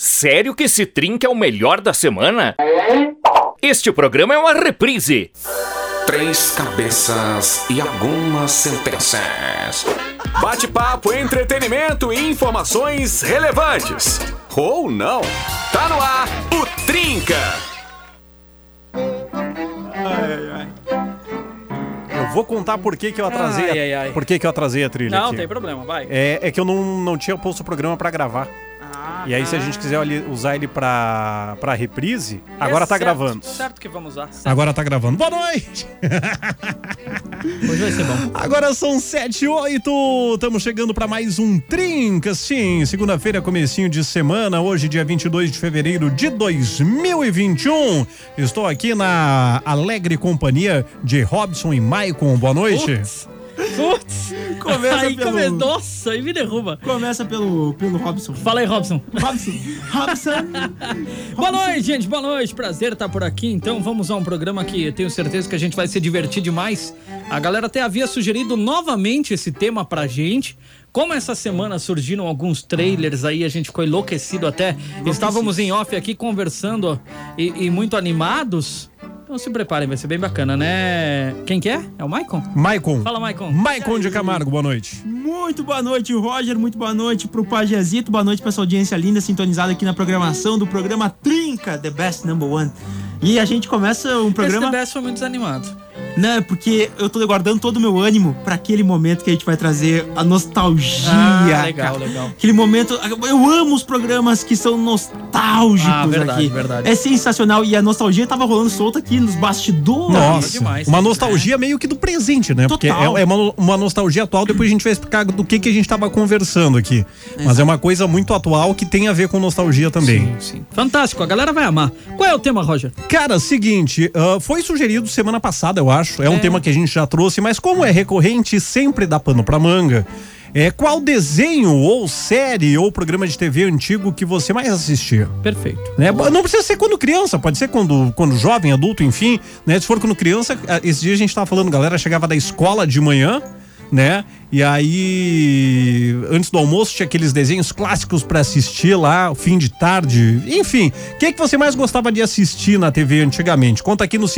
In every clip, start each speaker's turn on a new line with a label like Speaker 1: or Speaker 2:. Speaker 1: Sério que esse trinque é o melhor da semana? Este programa é uma reprise.
Speaker 2: Três cabeças e algumas sentenças.
Speaker 3: Bate-papo, entretenimento e informações relevantes. Ou não. Tá no ar o Trinca.
Speaker 4: Eu vou contar por que, que eu atrasei.
Speaker 5: Ai,
Speaker 4: a...
Speaker 5: ai, ai.
Speaker 4: Por que, que eu atrasei a trilha.
Speaker 5: Não,
Speaker 4: aqui.
Speaker 5: tem problema, vai.
Speaker 4: É, é que eu não, não tinha posto o programa pra gravar.
Speaker 5: Ah,
Speaker 4: E aí, se a gente quiser ali- usar ele pra, pra reprise, agora tá
Speaker 5: É certo,
Speaker 4: gravando.
Speaker 5: Certo que vamos lá. certo.
Speaker 4: Agora tá gravando. Boa noite!
Speaker 5: Hoje vai ser bom.
Speaker 4: Agora são 7 e 8. Estamos chegando para mais um Trinca. Sim, segunda-feira, comecinho de semana. Hoje, dia 22 de fevereiro de 2021. Estou aqui na alegre companhia de Robson e Maicon. Boa noite.
Speaker 6: Putz. Putz! Começa
Speaker 5: aí
Speaker 6: pelo...
Speaker 5: começa. Nossa, aí me derruba.
Speaker 6: Começa pelo, pelo Robson.
Speaker 5: Fala aí, Robson.
Speaker 6: Robson! Robson!
Speaker 5: Boa noite, gente. Boa noite. Prazer estar por aqui. Então vamos a um programa que eu tenho certeza que a gente vai se divertir demais. A galera até havia sugerido novamente esse tema pra gente. Como essa semana surgiram alguns trailers aí, a gente ficou enlouquecido até. Estávamos em off aqui conversando e, e muito animados. Então se preparem, vai ser bem bacana, né? Quem que é? É o Maicon?
Speaker 4: Maicon.
Speaker 5: Fala, Maicon.
Speaker 4: Maicon de Camargo, boa noite.
Speaker 6: Muito boa noite, Roger. Muito boa noite pro Pajezito. Boa noite pra essa audiência linda sintonizada aqui na programação do programa Trinca, The Best Number One. E a gente começa um
Speaker 5: Esse
Speaker 6: programa,
Speaker 5: The Best foi muito desanimado.
Speaker 6: né? Porque eu tô guardando todo o meu ânimo pra aquele momento que a gente vai trazer a nostalgia.
Speaker 5: Ah, legal,
Speaker 6: cara.
Speaker 5: legal.
Speaker 6: Aquele momento. Eu amo os programas que são nostálgicos
Speaker 5: Ah, verdade,
Speaker 6: aqui.
Speaker 5: verdade.
Speaker 6: É sensacional. E a nostalgia tava rolando solta aqui nos bastidores.
Speaker 4: Nossa,
Speaker 5: demais.
Speaker 4: uma nostalgia meio que do presente, né? Porque
Speaker 6: Total.
Speaker 4: é, é uma, uma nostalgia atual, depois a gente vai explicar do que, que a gente tava conversando aqui. Mas é uma coisa muito atual que tem a ver com nostalgia também.
Speaker 5: Fantástico, a galera vai amar. Qual é o tema, Roger?
Speaker 4: Cara, seguinte, ah, foi sugerido semana passada, eu acho. É um tema que a gente já trouxe, mas como é recorrente, sempre dá pano pra manga. É qual desenho ou série ou programa de TV antigo que você mais assistia?
Speaker 5: Perfeito.
Speaker 4: né? Não precisa ser quando criança, pode ser quando, quando jovem, adulto, enfim. né? Se for quando criança, a- esse dia a gente tava falando, galera chegava da escola de manhã, né? E aí, antes do almoço, tinha aqueles desenhos clássicos pra assistir lá, fim de tarde. Enfim, o que, que você mais gostava de assistir na TV antigamente? Conta aqui no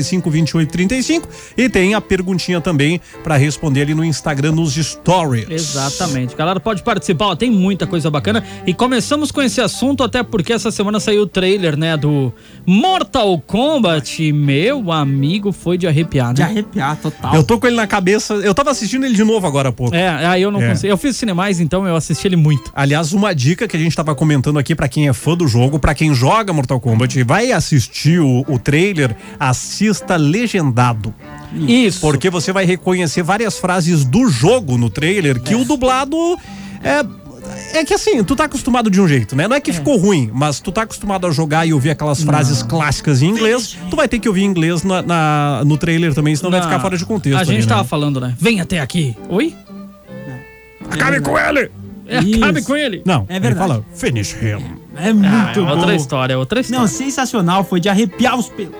Speaker 4: 54992352835 e tem a perguntinha também pra responder ali no Instagram nos stories.
Speaker 5: Exatamente. Galera, pode participar, ó, tem muita coisa bacana. E começamos com esse assunto, até porque essa semana saiu o trailer, né, do Mortal Kombat. Meu amigo, foi de arrepiar,
Speaker 6: De
Speaker 5: né?
Speaker 6: arrepiar total.
Speaker 4: Eu tô com ele na cabeça. Eu tava assistindo ele de novo agora há pouco.
Speaker 5: É, aí eu não
Speaker 4: É.
Speaker 5: consigo. Eu fiz cinemais, então eu assisti ele muito.
Speaker 4: Aliás, uma dica que a gente tava comentando aqui pra quem é fã do jogo, pra quem joga Mortal Kombat e vai assistir o, o trailer, assista legendado.
Speaker 5: Isso.
Speaker 4: Porque você vai reconhecer várias frases do jogo no trailer que o dublado é. É que assim, tu tá acostumado de um jeito, né? Não é que ficou ruim, mas tu tá acostumado a jogar e ouvir aquelas frases clássicas em inglês, tu vai ter que ouvir em inglês na- na- no trailer também, senão vai
Speaker 5: Na-
Speaker 4: ficar fora de contexto.
Speaker 5: A gente
Speaker 4: ali, né?
Speaker 5: tava falando, né? Vem até aqui. Oi?
Speaker 4: Acabe com ele!
Speaker 5: É, acabe
Speaker 6: Isso.
Speaker 5: com ele.
Speaker 4: Não,
Speaker 6: É
Speaker 4: ele
Speaker 6: verdade.
Speaker 4: fala, finish him.
Speaker 6: É muito
Speaker 5: Ah, é
Speaker 6: bom.
Speaker 5: outra história, é outra história.
Speaker 6: Não, sensacional. Foi de arrepiar os pelos.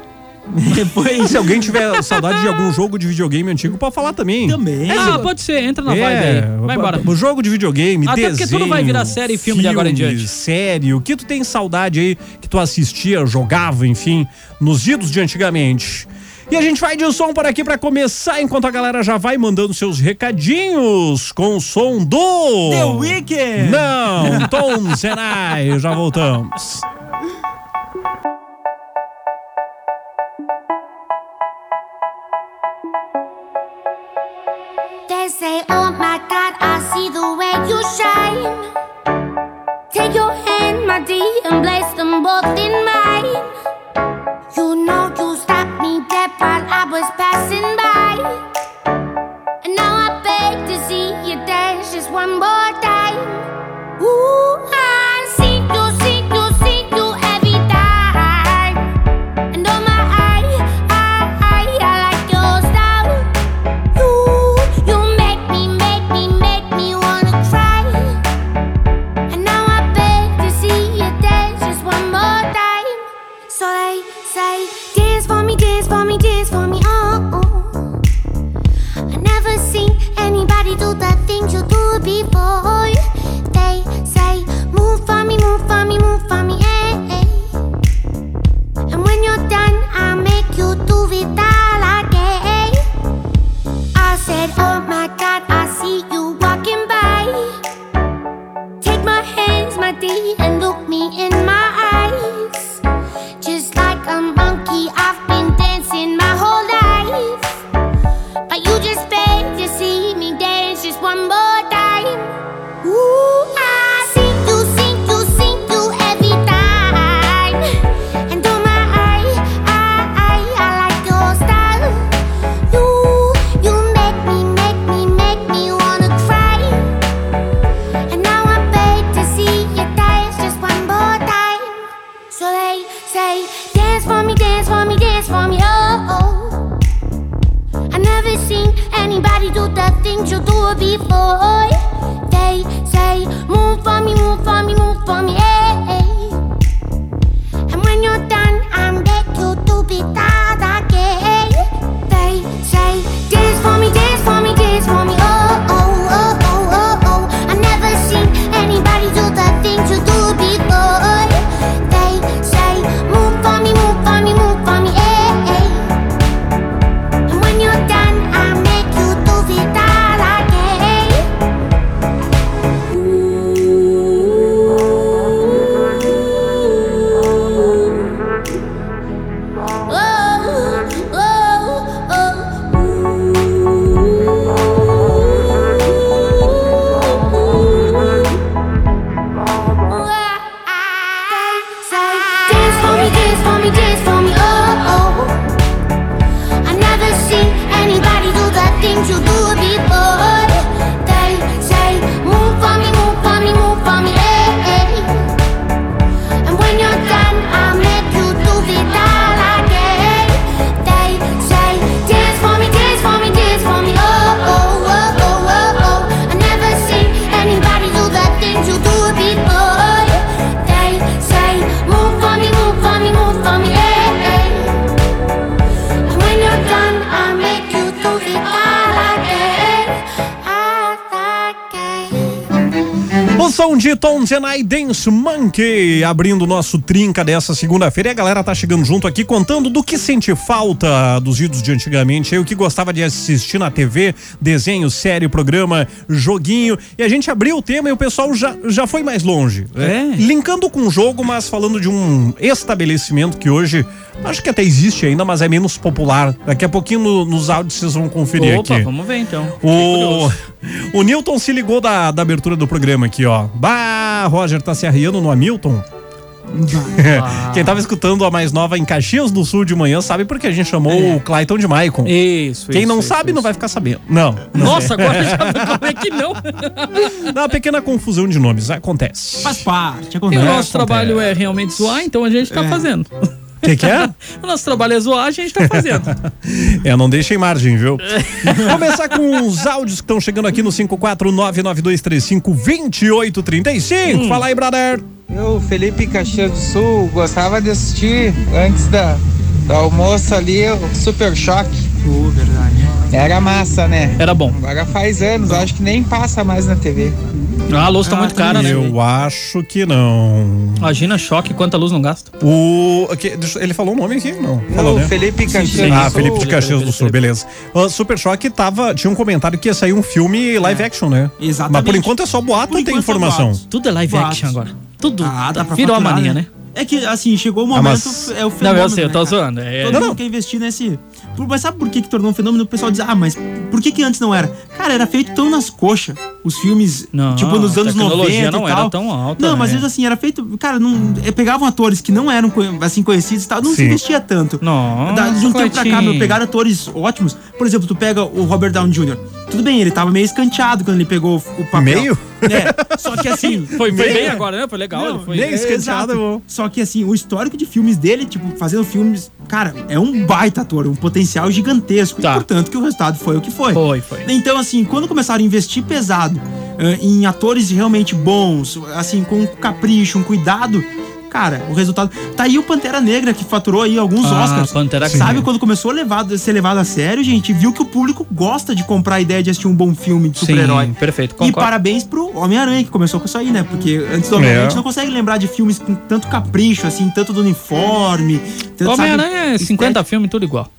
Speaker 6: Foi.
Speaker 4: Se alguém tiver saudade de algum jogo de videogame antigo, pode falar também.
Speaker 6: Também.
Speaker 5: ah, pode ser, entra
Speaker 4: É,
Speaker 5: na vibe aí. Vai embora.
Speaker 4: O jogo de videogame,
Speaker 5: Até porque
Speaker 4: desenho,
Speaker 5: tudo vai virar série e filme de agora em diante.
Speaker 4: Série, o que tu tem saudade aí, que tu assistia, jogava, enfim, nos idos de antigamente. E a gente vai de um som por aqui pra começar, enquanto a galera já vai mandando seus recadinhos com o som do...
Speaker 6: The Weeknd!
Speaker 4: Não, Tom Senai, já voltamos.
Speaker 7: They say, Oh my God, I see the way you shine. Take your hand, my dear, and place them both in mine. You know you stopped me dead while I was passing by, and now I beg to see you dance just one more time. Ooh, I see you, see you, see you every time, and oh my, I, I, I like your style. You, you make me, make me, make me wanna cry. And now I beg to see you dance just one more time. oh. eh, "Oh melody and look me in my eyes. Just like a monkey, I've been dancing my whole life. But you just begged to see me dance just one more time. Ooh, I sing you, sing you, sing you every time. And oh my, I, I, I like your style. You, you make me, make me, make me wanna cry. And now I beg to see you dance just one more time. So they say, dance for me, dance for me, dance for me, oh. oh. I never seen anybody do the things you do before. They say, move for me, move for me, move for me, hey, hey. And when you're done, I'm back you to be that again. They say, dance for me, dance for me, dance for me, oh, oh, oh, oh, oh, oh. I never seen anybody do the things you do before. They say, move for me, move for me, move for me, eh, hey, hey. And when you're done, I'll make you do it all again. Oh, oh, oh, ah, Dance for me, dance for me, dance for me, oh, oh. I never seen anybody do the things you do before. They say, move for me, move for me, move for me, hey, hey. And when you're done, I'll make you do it all again. They say, dance for me, dance for me, dance for me, oh, oh, oh, oh, oh, oh. I never seen anybody do the things you do before. They say, move for me, move for me, move for me, hey, hey. And when you're done, I'll make you do the all again, all again.
Speaker 4: O som de Tom Zenai Dance Monkey, abrindo o nosso trinca dessa segunda-feira. E a galera tá chegando junto aqui contando do que sente falta dos idos de antigamente, aí, o que gostava de assistir na TV, desenho, série, programa, joguinho. E a gente abriu o tema e o pessoal já, já foi mais longe. né?
Speaker 5: É.
Speaker 4: Linkando com o jogo, mas falando de um estabelecimento que hoje acho que até existe ainda, mas é menos popular. Daqui a pouquinho no- nos áudios vocês vão conferir
Speaker 5: Opa,
Speaker 4: aqui.
Speaker 5: vamos ver então. Fiquei
Speaker 4: O,
Speaker 5: curioso.
Speaker 4: o Newton se ligou da, da abertura do programa aqui, ó. Bah, Roger tá se arriando no Hamilton. Quem tava escutando a mais nova em Caxias do Sul de manhã sabe porque a gente chamou o Clayton de Maicon.
Speaker 5: É. Isso,
Speaker 4: Quem
Speaker 5: isso,
Speaker 4: não
Speaker 5: isso,
Speaker 4: sabe não
Speaker 5: isso.
Speaker 4: vai ficar sabendo. Não.
Speaker 5: Nossa, agora já como é que não?
Speaker 4: Dá uma pequena confusão de nomes, acontece.
Speaker 6: Faz
Speaker 5: E
Speaker 6: parte,
Speaker 5: o
Speaker 6: acontece. É.
Speaker 5: nosso trabalho é realmente zoar, então a gente tá fazendo.
Speaker 4: O que, que é?
Speaker 5: O nosso trabalho é zoar, a gente tá fazendo.
Speaker 4: É, não deixem margem, viu? Começar com os áudios que estão chegando aqui no
Speaker 5: Hum.
Speaker 4: 54992352835. Fala aí, brother.
Speaker 8: Eu, Felipe Caxias do Sul, gostava de assistir antes da, da almoço ali o Super Choque.
Speaker 6: Pô, verdade.
Speaker 8: Era massa, né?
Speaker 5: Era bom.
Speaker 8: Agora faz anos, acho que nem passa mais na TV.
Speaker 5: Ah, a luz tá
Speaker 6: Ah,
Speaker 5: muito cara, né?
Speaker 4: Eu acho que não.
Speaker 5: Imagina choque, quanta luz não gasta.
Speaker 4: O. que- deixa- ele falou o nome aqui? Não. Falou,
Speaker 8: Eu,
Speaker 4: né?
Speaker 8: Felipe Caxias
Speaker 5: sim.
Speaker 8: do Sul.
Speaker 4: Ah, Felipe de Caxias
Speaker 5: Felipe,
Speaker 4: do Sul,
Speaker 5: Felipe.
Speaker 4: beleza. O Super Choque tava. Tinha um comentário que ia sair um filme live action, né?
Speaker 6: Exatamente.
Speaker 4: Mas por enquanto é só boato,
Speaker 6: Por
Speaker 4: não tem
Speaker 6: enquanto é
Speaker 4: informação.
Speaker 6: boato.
Speaker 5: Tudo é live
Speaker 6: Boato.
Speaker 5: action agora. Tudo.
Speaker 6: Ah, dá pra
Speaker 5: Virou a
Speaker 6: faturar,
Speaker 5: mania, né?
Speaker 6: É que, assim, chegou o momento,
Speaker 4: Ah, mas-
Speaker 6: é o
Speaker 5: Não,
Speaker 6: fenômeno.
Speaker 5: eu sei, eu tô
Speaker 6: né, cara?
Speaker 5: zoando. É,
Speaker 6: Todo
Speaker 4: Não,
Speaker 6: mundo
Speaker 4: não.
Speaker 6: quer investir nesse. Por- Mas sabe por que, que tornou um fenômeno? O pessoal diz, ah, mas por que, que antes não era? Cara, era feito tão nas coxas. Os filmes,
Speaker 5: Não,
Speaker 6: tipo, nos
Speaker 5: a
Speaker 6: anos 90.
Speaker 5: tecnologia não
Speaker 6: e
Speaker 5: era
Speaker 6: tal.
Speaker 5: tão alta,
Speaker 6: Não,
Speaker 5: né?
Speaker 6: mas às vezes assim, era feito. Cara, não, eh, pegavam atores que não eram co- assim conhecidos e tal. Não se
Speaker 4: Sim.
Speaker 6: investia tanto.
Speaker 5: Nossa,
Speaker 6: Da- de um tempo pra cá,
Speaker 5: coitinho.
Speaker 6: meu, pegaram atores ótimos. Por exemplo, tu pega o Robert Downey Jr. Tudo bem, ele tava meio escanteado quando ele pegou o papel.
Speaker 4: Meio?
Speaker 6: É, só que assim.
Speaker 5: Foi, foi bem agora, né? Foi legal.
Speaker 6: Não,
Speaker 5: ele foi...
Speaker 4: nem
Speaker 5: é,
Speaker 4: esqueci. escanteado,
Speaker 6: Exato.
Speaker 4: bom.
Speaker 6: Só que assim, o histórico de filmes dele, tipo, fazendo filmes, cara, é um baita ator, um potencial gigantesco.
Speaker 5: Tá.
Speaker 6: E portanto que o resultado foi o que foi.
Speaker 5: Foi, foi.
Speaker 6: Então, assim, quando começaram a investir pesado eh, em atores realmente bons, assim, com um capricho, um cuidado. Cara, o resultado. Tá aí o Pantera Negra que faturou aí alguns
Speaker 5: Ah,
Speaker 6: Oscars.
Speaker 5: Pantera
Speaker 6: Sabe
Speaker 5: Negra.
Speaker 6: quando começou a levado- ser levado a sério, gente? Viu que o público gosta de comprar a ideia de assistir um bom filme de
Speaker 5: Sim,
Speaker 6: super-herói.
Speaker 5: perfeito,
Speaker 6: E
Speaker 5: concordo.
Speaker 6: parabéns pro Homem-Aranha, que começou com isso aí, né? Porque antes do Homem-Aranha,
Speaker 4: É.
Speaker 6: a gente não consegue lembrar de filmes com tanto capricho, assim, tanto do uniforme. tanto,
Speaker 5: Homem-Aranha é
Speaker 6: sabe,
Speaker 5: 50 filmes, tudo igual.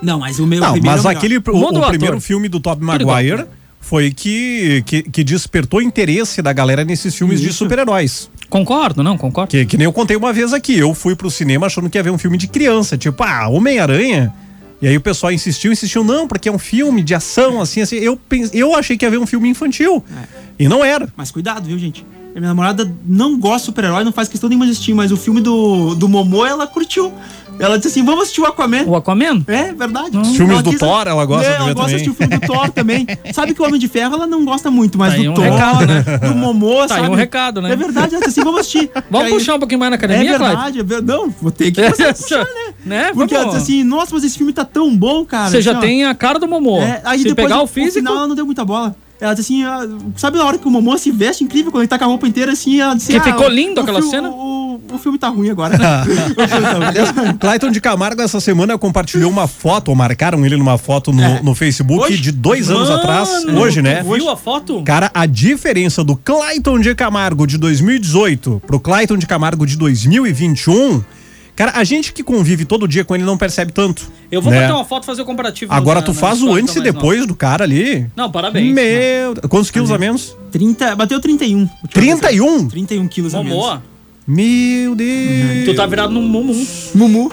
Speaker 6: Não, mas o meu
Speaker 4: Não,
Speaker 6: primeiro é
Speaker 4: mas
Speaker 6: o melhor.
Speaker 4: aquele. O,
Speaker 5: Muda
Speaker 4: o
Speaker 5: o ator.
Speaker 4: primeiro filme do Tobey
Speaker 5: igual.
Speaker 4: Maguire foi que, que, que despertou interesse da galera nesses filmes de
Speaker 6: Isso.
Speaker 4: super-heróis.
Speaker 5: Concordo, não, concordo.
Speaker 4: Que, que nem eu contei uma vez aqui. Eu fui pro cinema achando que ia ver um filme de criança, tipo, ah, Homem-Aranha. E aí o pessoal insistiu, insistiu, não, porque é um filme de ação, assim, assim. Eu, pens- eu achei que ia ver um filme infantil.
Speaker 5: É.
Speaker 4: E não era.
Speaker 6: Mas cuidado, viu, gente? A minha namorada não gosta de super-herói, não faz questão nenhuma de assistir, mas o filme do, do Momô ela curtiu. Ela disse assim: vamos assistir o Aquaman.
Speaker 5: O Aquaman?
Speaker 6: É, verdade.
Speaker 5: Hum.
Speaker 4: Os filmes
Speaker 6: Ela
Speaker 4: do
Speaker 6: quis-
Speaker 4: Thor, ela gosta
Speaker 6: é,
Speaker 4: de ver
Speaker 6: ela gosta de assistir o
Speaker 4: também.
Speaker 6: filme do Thor também. Sabe que o Homem de Ferro ela não gosta muito, mas
Speaker 5: Tá aí
Speaker 6: do
Speaker 5: um
Speaker 6: Thor,
Speaker 5: recado, né?
Speaker 6: do Momô,
Speaker 5: Tá aí
Speaker 6: sabe?
Speaker 5: um recado, né?
Speaker 6: É verdade, ela disse assim: vamos assistir.
Speaker 5: Vamos
Speaker 6: Aí-
Speaker 5: puxar um pouquinho mais na
Speaker 6: É
Speaker 5: academia, Cláudio?
Speaker 6: verdade, é verdade. Não, vou ter que começar a puxar, né?
Speaker 5: Né?
Speaker 6: Porque ela
Speaker 5: Vamos.
Speaker 6: disse assim: nossa, mas esse filme tá tão bom, cara.
Speaker 5: Você já
Speaker 6: Assim, ó.
Speaker 5: tem a cara do Momô.
Speaker 6: É, aí
Speaker 5: Se
Speaker 6: depois,
Speaker 5: pegar o
Speaker 6: no
Speaker 5: físico,
Speaker 6: final, ela não deu muita bola. Ela disse assim, ah, sabe a hora que o Momô se veste incrível, quando ele tá com a roupa inteira assim, ela disse
Speaker 5: Que
Speaker 6: ah,
Speaker 5: ficou
Speaker 6: o-
Speaker 5: lindo
Speaker 6: o
Speaker 5: aquela
Speaker 6: filme-
Speaker 5: cena?
Speaker 6: O, o filme tá ruim agora. O filme tá ruim.
Speaker 4: Clayton de Camargo, essa semana, compartilhou uma foto, ou marcaram ele numa foto no, no Facebook
Speaker 6: Hoje?
Speaker 4: de dois anos
Speaker 5: É. Mano,
Speaker 4: atrás, hoje, né?
Speaker 5: tu viu a foto?
Speaker 4: Cara, a diferença do Clayton de Camargo de 2018 pro Clayton de Camargo de 2021, cara, a gente que convive todo dia com ele não percebe tanto.
Speaker 5: Eu vou
Speaker 4: né?
Speaker 5: botar uma foto e fazer o comparativo.
Speaker 4: Agora
Speaker 5: na-
Speaker 4: tu
Speaker 5: na
Speaker 4: faz o
Speaker 5: história,
Speaker 4: antes e
Speaker 5: então, mas
Speaker 4: depois do cara ali.
Speaker 5: Não, Não, parabéns.
Speaker 4: Meu, quantos quilos a menos?
Speaker 6: 30, bateu 31. Última
Speaker 4: 31?
Speaker 6: vez. 31 quilos a menos.
Speaker 5: Momoa,
Speaker 4: Meu Deus.
Speaker 5: tu tá virado num mumu.
Speaker 6: Mumu.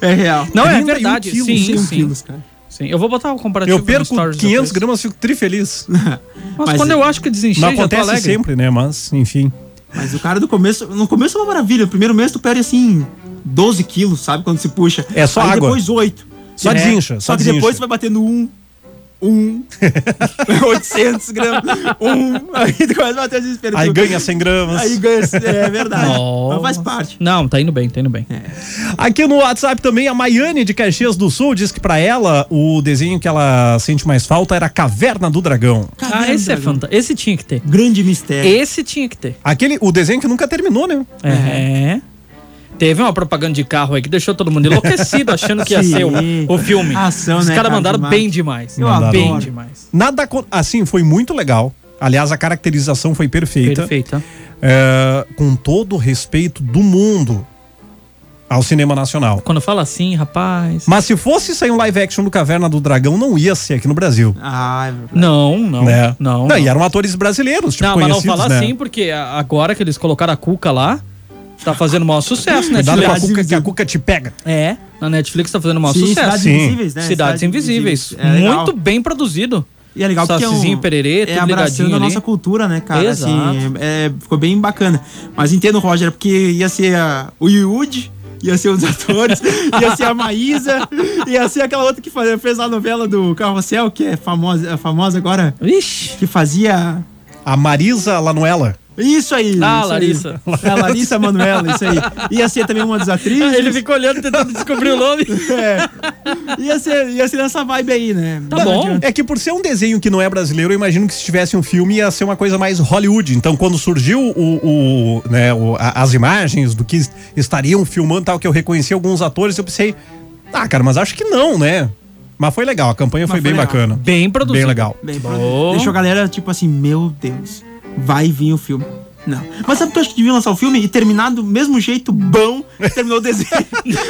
Speaker 6: é real.
Speaker 5: Não, é
Speaker 4: 31
Speaker 5: verdade.
Speaker 4: quilos,
Speaker 5: sim,
Speaker 6: 31
Speaker 5: sim.
Speaker 6: quilos, cara.
Speaker 5: Sim, eu vou botar o comparativo
Speaker 4: Eu perco
Speaker 5: no stories
Speaker 4: 500
Speaker 5: depois.
Speaker 4: gramas, fico trifeliz.
Speaker 5: Mas,
Speaker 6: Mas
Speaker 5: quando
Speaker 6: é-
Speaker 5: eu acho que desenchei,
Speaker 4: Não
Speaker 5: já tô
Speaker 4: acontece
Speaker 5: alegre.
Speaker 4: sempre, né? Mas, enfim.
Speaker 6: Mas o cara do começo, no começo é uma maravilha. No primeiro mês tu perde assim 12 quilos, sabe? Quando se puxa.
Speaker 4: É só
Speaker 6: Aí
Speaker 4: água.
Speaker 6: depois 8.
Speaker 4: Só desincha, só
Speaker 6: Só que
Speaker 4: desincha.
Speaker 6: depois tu vai batendo um. Um. 800 gramas. Um. Aí tu começa a bater a desespero.
Speaker 4: Aí
Speaker 6: Tu-
Speaker 4: ganha 100 gramas.
Speaker 6: Aí ganha. É verdade.
Speaker 5: Nossa.
Speaker 6: Mas faz parte.
Speaker 5: Não, tá indo bem, tá indo bem.
Speaker 4: É. Aqui no WhatsApp também, a Maiane de Caxias do Sul diz que pra ela o desenho que ela sente mais falta era a Caverna do Dragão.
Speaker 5: Ah,
Speaker 6: Caramba,
Speaker 5: esse é
Speaker 6: dragão.
Speaker 5: fantástico. Esse tinha que ter.
Speaker 6: Grande
Speaker 4: É.
Speaker 6: mistério.
Speaker 5: Esse tinha que ter.
Speaker 4: Aquele, o desenho que nunca terminou, né?
Speaker 5: É. Teve uma propaganda de carro aí que deixou todo mundo enlouquecido achando que ia
Speaker 6: Sim.
Speaker 5: ser o, o filme.
Speaker 6: A ação,
Speaker 5: Os
Speaker 6: né,
Speaker 5: caras
Speaker 6: cara,
Speaker 5: mandaram
Speaker 6: demais.
Speaker 5: bem demais.
Speaker 6: Eu
Speaker 5: Mandaram. Bem
Speaker 6: adoro.
Speaker 5: demais.
Speaker 4: Nada co- assim, foi muito legal. Aliás, a caracterização foi perfeita.
Speaker 5: Perfeita.
Speaker 4: É, com todo o respeito do mundo ao cinema nacional.
Speaker 5: Quando fala assim, rapaz.
Speaker 4: Mas se fosse sair um live action do Caverna do Dragão, não ia ser aqui no Brasil.
Speaker 6: Ah, é verdade.
Speaker 5: Não, não,
Speaker 4: né?
Speaker 5: não.
Speaker 4: E eram atores brasileiros, tipo,
Speaker 5: Não, mas não
Speaker 4: conhecidos,
Speaker 5: fala
Speaker 4: né?
Speaker 5: assim, porque a- agora que eles colocaram a Cuca lá, tá fazendo maior sucesso, né?
Speaker 4: Cuidado com a
Speaker 5: Netflix.
Speaker 4: cuca, que a cuca te pega.
Speaker 5: É, na Netflix tá fazendo maior
Speaker 6: Sim,
Speaker 5: sucesso.
Speaker 6: Cidades
Speaker 4: Sim.
Speaker 6: Invisíveis, né?
Speaker 5: Cidades, Invisíveis.
Speaker 6: É legal.
Speaker 5: Muito bem produzido.
Speaker 6: E é legal porque é
Speaker 5: Sacizinho
Speaker 6: um,
Speaker 5: Pererê,
Speaker 6: é
Speaker 5: tudo
Speaker 6: abraçando
Speaker 5: ligadinho
Speaker 6: a
Speaker 5: ali.
Speaker 6: nossa cultura, né, cara?
Speaker 5: Exato.
Speaker 6: Assim, é- é- ficou bem bacana. Mas entendo, Roger, porque ia ser a- o Yud, ia ser os atores, ia ser a Maísa, ia ser aquela outra que fa- fez a novela do Carrossel, que é famosa, é famosa agora,
Speaker 5: Vixe.
Speaker 6: que fazia...
Speaker 4: A Marisa Lanuela.
Speaker 6: Isso aí!
Speaker 5: Ah,
Speaker 6: isso aí.
Speaker 5: Larissa.
Speaker 6: É, Larissa Manoela, isso aí. Ia ser também uma das atrizes.
Speaker 5: Ele ficou olhando, tentando descobrir o nome.
Speaker 6: É. Ia, ser, ia ser nessa vibe aí, né?
Speaker 5: Tá bom.
Speaker 4: É que por ser um desenho que não é brasileiro, eu imagino que se tivesse um filme ia ser uma coisa mais Hollywood. Então, quando surgiu o, o, né, o- a- as imagens do que estariam filmando e tal, que eu reconheci alguns atores, eu pensei, ah, cara, mas acho que não, né? Mas foi legal, a campanha foi,
Speaker 6: foi
Speaker 4: bem
Speaker 6: legal.
Speaker 4: bacana.
Speaker 5: Bem produzido.
Speaker 4: Bem legal.
Speaker 6: Bem,
Speaker 5: Bom.
Speaker 6: brother, Deixou a galera, tipo assim, meu Deus, vai vir o filme. Não. Mas sabe o que eu acho que devia lançar o filme e terminar do mesmo jeito bom que terminou o desenho?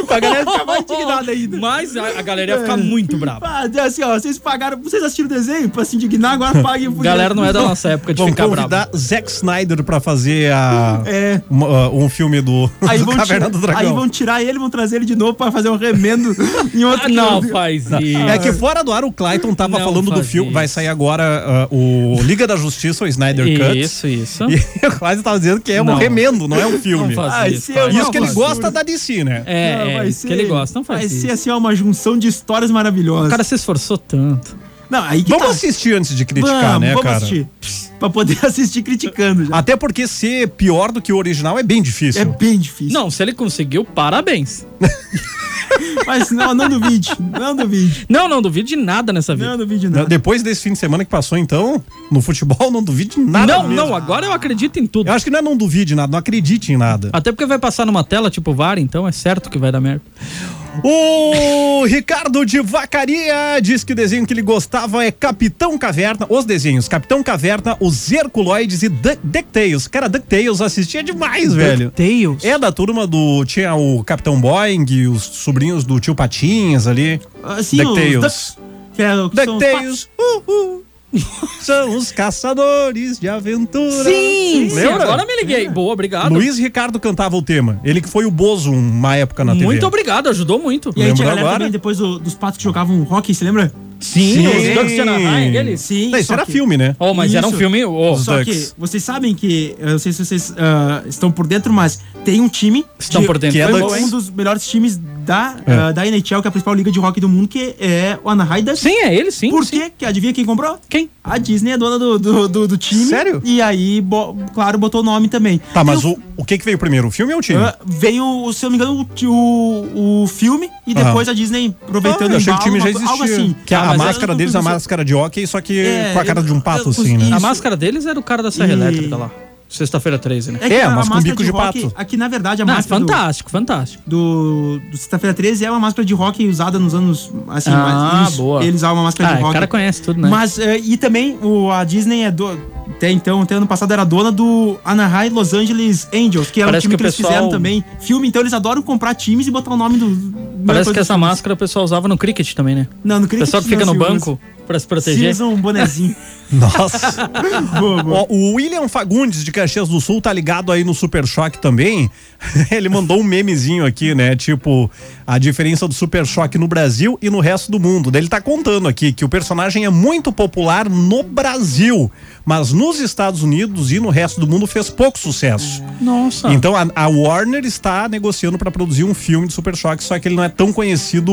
Speaker 6: pra galera ficar mais indignada ainda.
Speaker 5: Mas a, a galera ia ficar
Speaker 4: É.
Speaker 5: muito brava.
Speaker 6: Ah, assim, ó, vocês pagaram, vocês assistiram o desenho pra se indignar, agora paguem o
Speaker 5: Galera não é
Speaker 6: Então,
Speaker 5: da nossa época de
Speaker 4: Vão
Speaker 5: ficar
Speaker 4: convidar
Speaker 5: brava.
Speaker 4: Zack Snyder pra fazer a-
Speaker 6: É.
Speaker 4: uma- um filme do,
Speaker 6: Aí
Speaker 4: do
Speaker 6: vão,
Speaker 4: Caverna
Speaker 6: tirar,
Speaker 4: do Dragão.
Speaker 6: aí vão tirar ele, vão trazer ele de novo pra fazer um remendo em outro
Speaker 5: Ah, não,
Speaker 6: filme.
Speaker 5: faz isso.
Speaker 4: É que fora do ar o Clayton tava
Speaker 5: Não
Speaker 4: falando do
Speaker 5: faz
Speaker 4: filme.
Speaker 5: isso.
Speaker 4: Vai sair agora ah, o Liga da Justiça, o Snyder Cut.
Speaker 5: Isso, isso.
Speaker 4: E o Clayton tava dizendo que é um
Speaker 5: Não.
Speaker 4: remendo, não é um filme.
Speaker 5: Não faz
Speaker 6: Ai,
Speaker 5: isso.
Speaker 6: se
Speaker 5: cara.
Speaker 6: eu-
Speaker 4: Isso
Speaker 5: Não
Speaker 4: que ele
Speaker 5: faz
Speaker 4: gosta da DC, né?
Speaker 5: É,
Speaker 6: Não,
Speaker 5: é
Speaker 6: vai
Speaker 5: isso que ele
Speaker 6: ser-
Speaker 5: gosta. Não faz
Speaker 6: Vai
Speaker 5: isso.
Speaker 6: ser assim, ó, uma junção de histórias maravilhosas.
Speaker 5: O cara se esforçou tanto.
Speaker 6: não, aí que
Speaker 4: Vamos
Speaker 5: Então,
Speaker 6: tá.
Speaker 4: assistir antes de criticar,
Speaker 6: vamos,
Speaker 4: né,
Speaker 6: vamos
Speaker 4: cara? Ah,
Speaker 6: assistir. Pra poder assistir criticando já.
Speaker 4: Até porque ser pior do que o original é bem difícil.
Speaker 6: É bem difícil.
Speaker 5: Não, se ele conseguiu, parabéns.
Speaker 6: Mas não, não duvide. Não duvide.
Speaker 5: Não, não duvido de nada nessa vida.
Speaker 6: Não duvide,
Speaker 4: Né,
Speaker 6: não.
Speaker 4: Depois desse fim de semana que passou, então, no futebol, não duvide de nada.
Speaker 5: não,
Speaker 4: mesmo.
Speaker 5: não, agora eu acredito em tudo.
Speaker 4: Eu acho que não é não duvide nada, não acredite em nada.
Speaker 5: Até porque vai passar numa tela tipo VAR, então é certo que vai dar merda.
Speaker 4: O Ricardo de Vacaria diz que o desenho que ele gostava é Capitão Caverna, os desenhos Capitão Caverna, os Herculoides e Du- DuckTales. Cara, DuckTales assistia demais, velho.
Speaker 5: DuckTales?
Speaker 4: É da turma do. Tinha o Capitão Boeing, os sobrinhos do tio Patinhas ali.
Speaker 6: Assim, os
Speaker 4: DuckTales.
Speaker 6: ducks, que é o que são os
Speaker 4: DuckTales. Uhul. São os caçadores de aventura.
Speaker 5: Sim, sim,
Speaker 4: Lembra?
Speaker 6: é
Speaker 5: agora me liguei. Boa, obrigado.
Speaker 4: Luiz Ricardo cantava o tema. Ele que foi o Bozo uma época na TV.
Speaker 5: muito obrigado, ajudou muito.
Speaker 6: E aí
Speaker 4: Lembro
Speaker 6: tinha a galera
Speaker 4: agora.
Speaker 6: também, depois do- dos patos que jogavam rock, você lembra?
Speaker 4: Sim.
Speaker 5: Os Ducks in Anaheim, aquele?
Speaker 6: Sim.
Speaker 4: Não, Isso
Speaker 6: só
Speaker 4: era
Speaker 6: que-
Speaker 4: filme, né?
Speaker 5: Oh, mas era um
Speaker 6: Isso.
Speaker 5: filme. Oh,
Speaker 4: Os
Speaker 6: Só
Speaker 4: Ducks.
Speaker 6: que vocês sabem que, eu não sei se vocês ah, estão por dentro, mas tem um time.
Speaker 5: Estão
Speaker 6: de-
Speaker 5: por dentro.
Speaker 6: Que é
Speaker 4: Foi
Speaker 6: do-
Speaker 4: bom, hein?
Speaker 6: um dos melhores times da,
Speaker 4: É.
Speaker 6: ah, da NHL, que é a principal liga de rock do mundo, que é o Anaheim Ducks.
Speaker 5: Sim, é ele, sim.
Speaker 6: Por
Speaker 5: sim.
Speaker 6: quê? Que adivinha quem comprou?
Speaker 5: Quem?
Speaker 6: A Disney é dona do, do, do, do time.
Speaker 4: Sério?
Speaker 6: E aí, bo- claro, botou o nome também.
Speaker 4: Tá, mas
Speaker 6: E
Speaker 4: o, o que que veio primeiro? O filme ou o time?
Speaker 6: ah, veio, se eu não me engano, o, o, o filme e depois a Disney aproveitando
Speaker 4: Ah, eu
Speaker 6: o
Speaker 4: achei que o
Speaker 6: embalo,
Speaker 4: time já
Speaker 6: uma-
Speaker 4: existia.
Speaker 6: Algo assim.
Speaker 4: Que a,
Speaker 5: Ah, mas
Speaker 4: máscara
Speaker 6: eu-
Speaker 4: deles é a
Speaker 6: eu-
Speaker 4: máscara de hockey, só que
Speaker 6: É,
Speaker 4: com a cara
Speaker 6: eu-
Speaker 4: de um pato,
Speaker 6: eu-
Speaker 4: assim, né?
Speaker 6: isso.
Speaker 5: A máscara deles era o cara da Serra
Speaker 6: E-
Speaker 5: Elétrica lá. Sexta-feira 13, né?
Speaker 6: que
Speaker 4: É,
Speaker 6: a
Speaker 4: mas com
Speaker 6: máscara
Speaker 4: bico de
Speaker 6: rock,
Speaker 4: pato.
Speaker 6: Aqui, na verdade, a
Speaker 5: Não, é
Speaker 6: máscara É, do-
Speaker 5: fantástico, fantástico.
Speaker 6: do, do Sexta-feira 13 é uma máscara de rock usada nos anos. Assim,
Speaker 5: Ah,
Speaker 6: mais- isso,
Speaker 5: boa.
Speaker 6: Eles usam uma máscara
Speaker 5: Ah,
Speaker 6: de
Speaker 5: o
Speaker 6: um rock.
Speaker 5: cara conhece tudo, né?
Speaker 6: Mas, eh, e também, o, a Disney é do. Até então, até ano passado, era dona do Anaheim Los Angeles Angels, que era
Speaker 5: Parece
Speaker 6: um time
Speaker 5: que o
Speaker 6: que, eles
Speaker 5: pessoal-
Speaker 6: fizeram também. Filme, então eles adoram comprar times e botar o nome do.
Speaker 5: Parece que
Speaker 6: coisa
Speaker 5: essa
Speaker 6: assim.
Speaker 5: máscara o pessoal usava no cricket também, né?
Speaker 6: Não, no
Speaker 5: O
Speaker 6: cricket,
Speaker 5: pessoal que fica
Speaker 6: não
Speaker 5: no
Speaker 6: se usa.
Speaker 5: banco pra se
Speaker 6: Se
Speaker 5: proteger.
Speaker 6: usa um bonezinho.
Speaker 4: Nossa.
Speaker 6: boa, boa.
Speaker 4: Ó, o William Fagundes de Caxias do Sul tá ligado aí no Super Choque também. Ele mandou um memezinho aqui, né? Tipo, a diferença do Super Choque no Brasil e no resto do mundo. Daí Ele tá contando aqui que o personagem é muito popular no Brasil, mas nos Estados Unidos e no resto do mundo fez pouco sucesso.
Speaker 5: Nossa.
Speaker 4: Então a, a Warner está negociando para produzir um filme de Super Choque, só que ele não é tão conhecido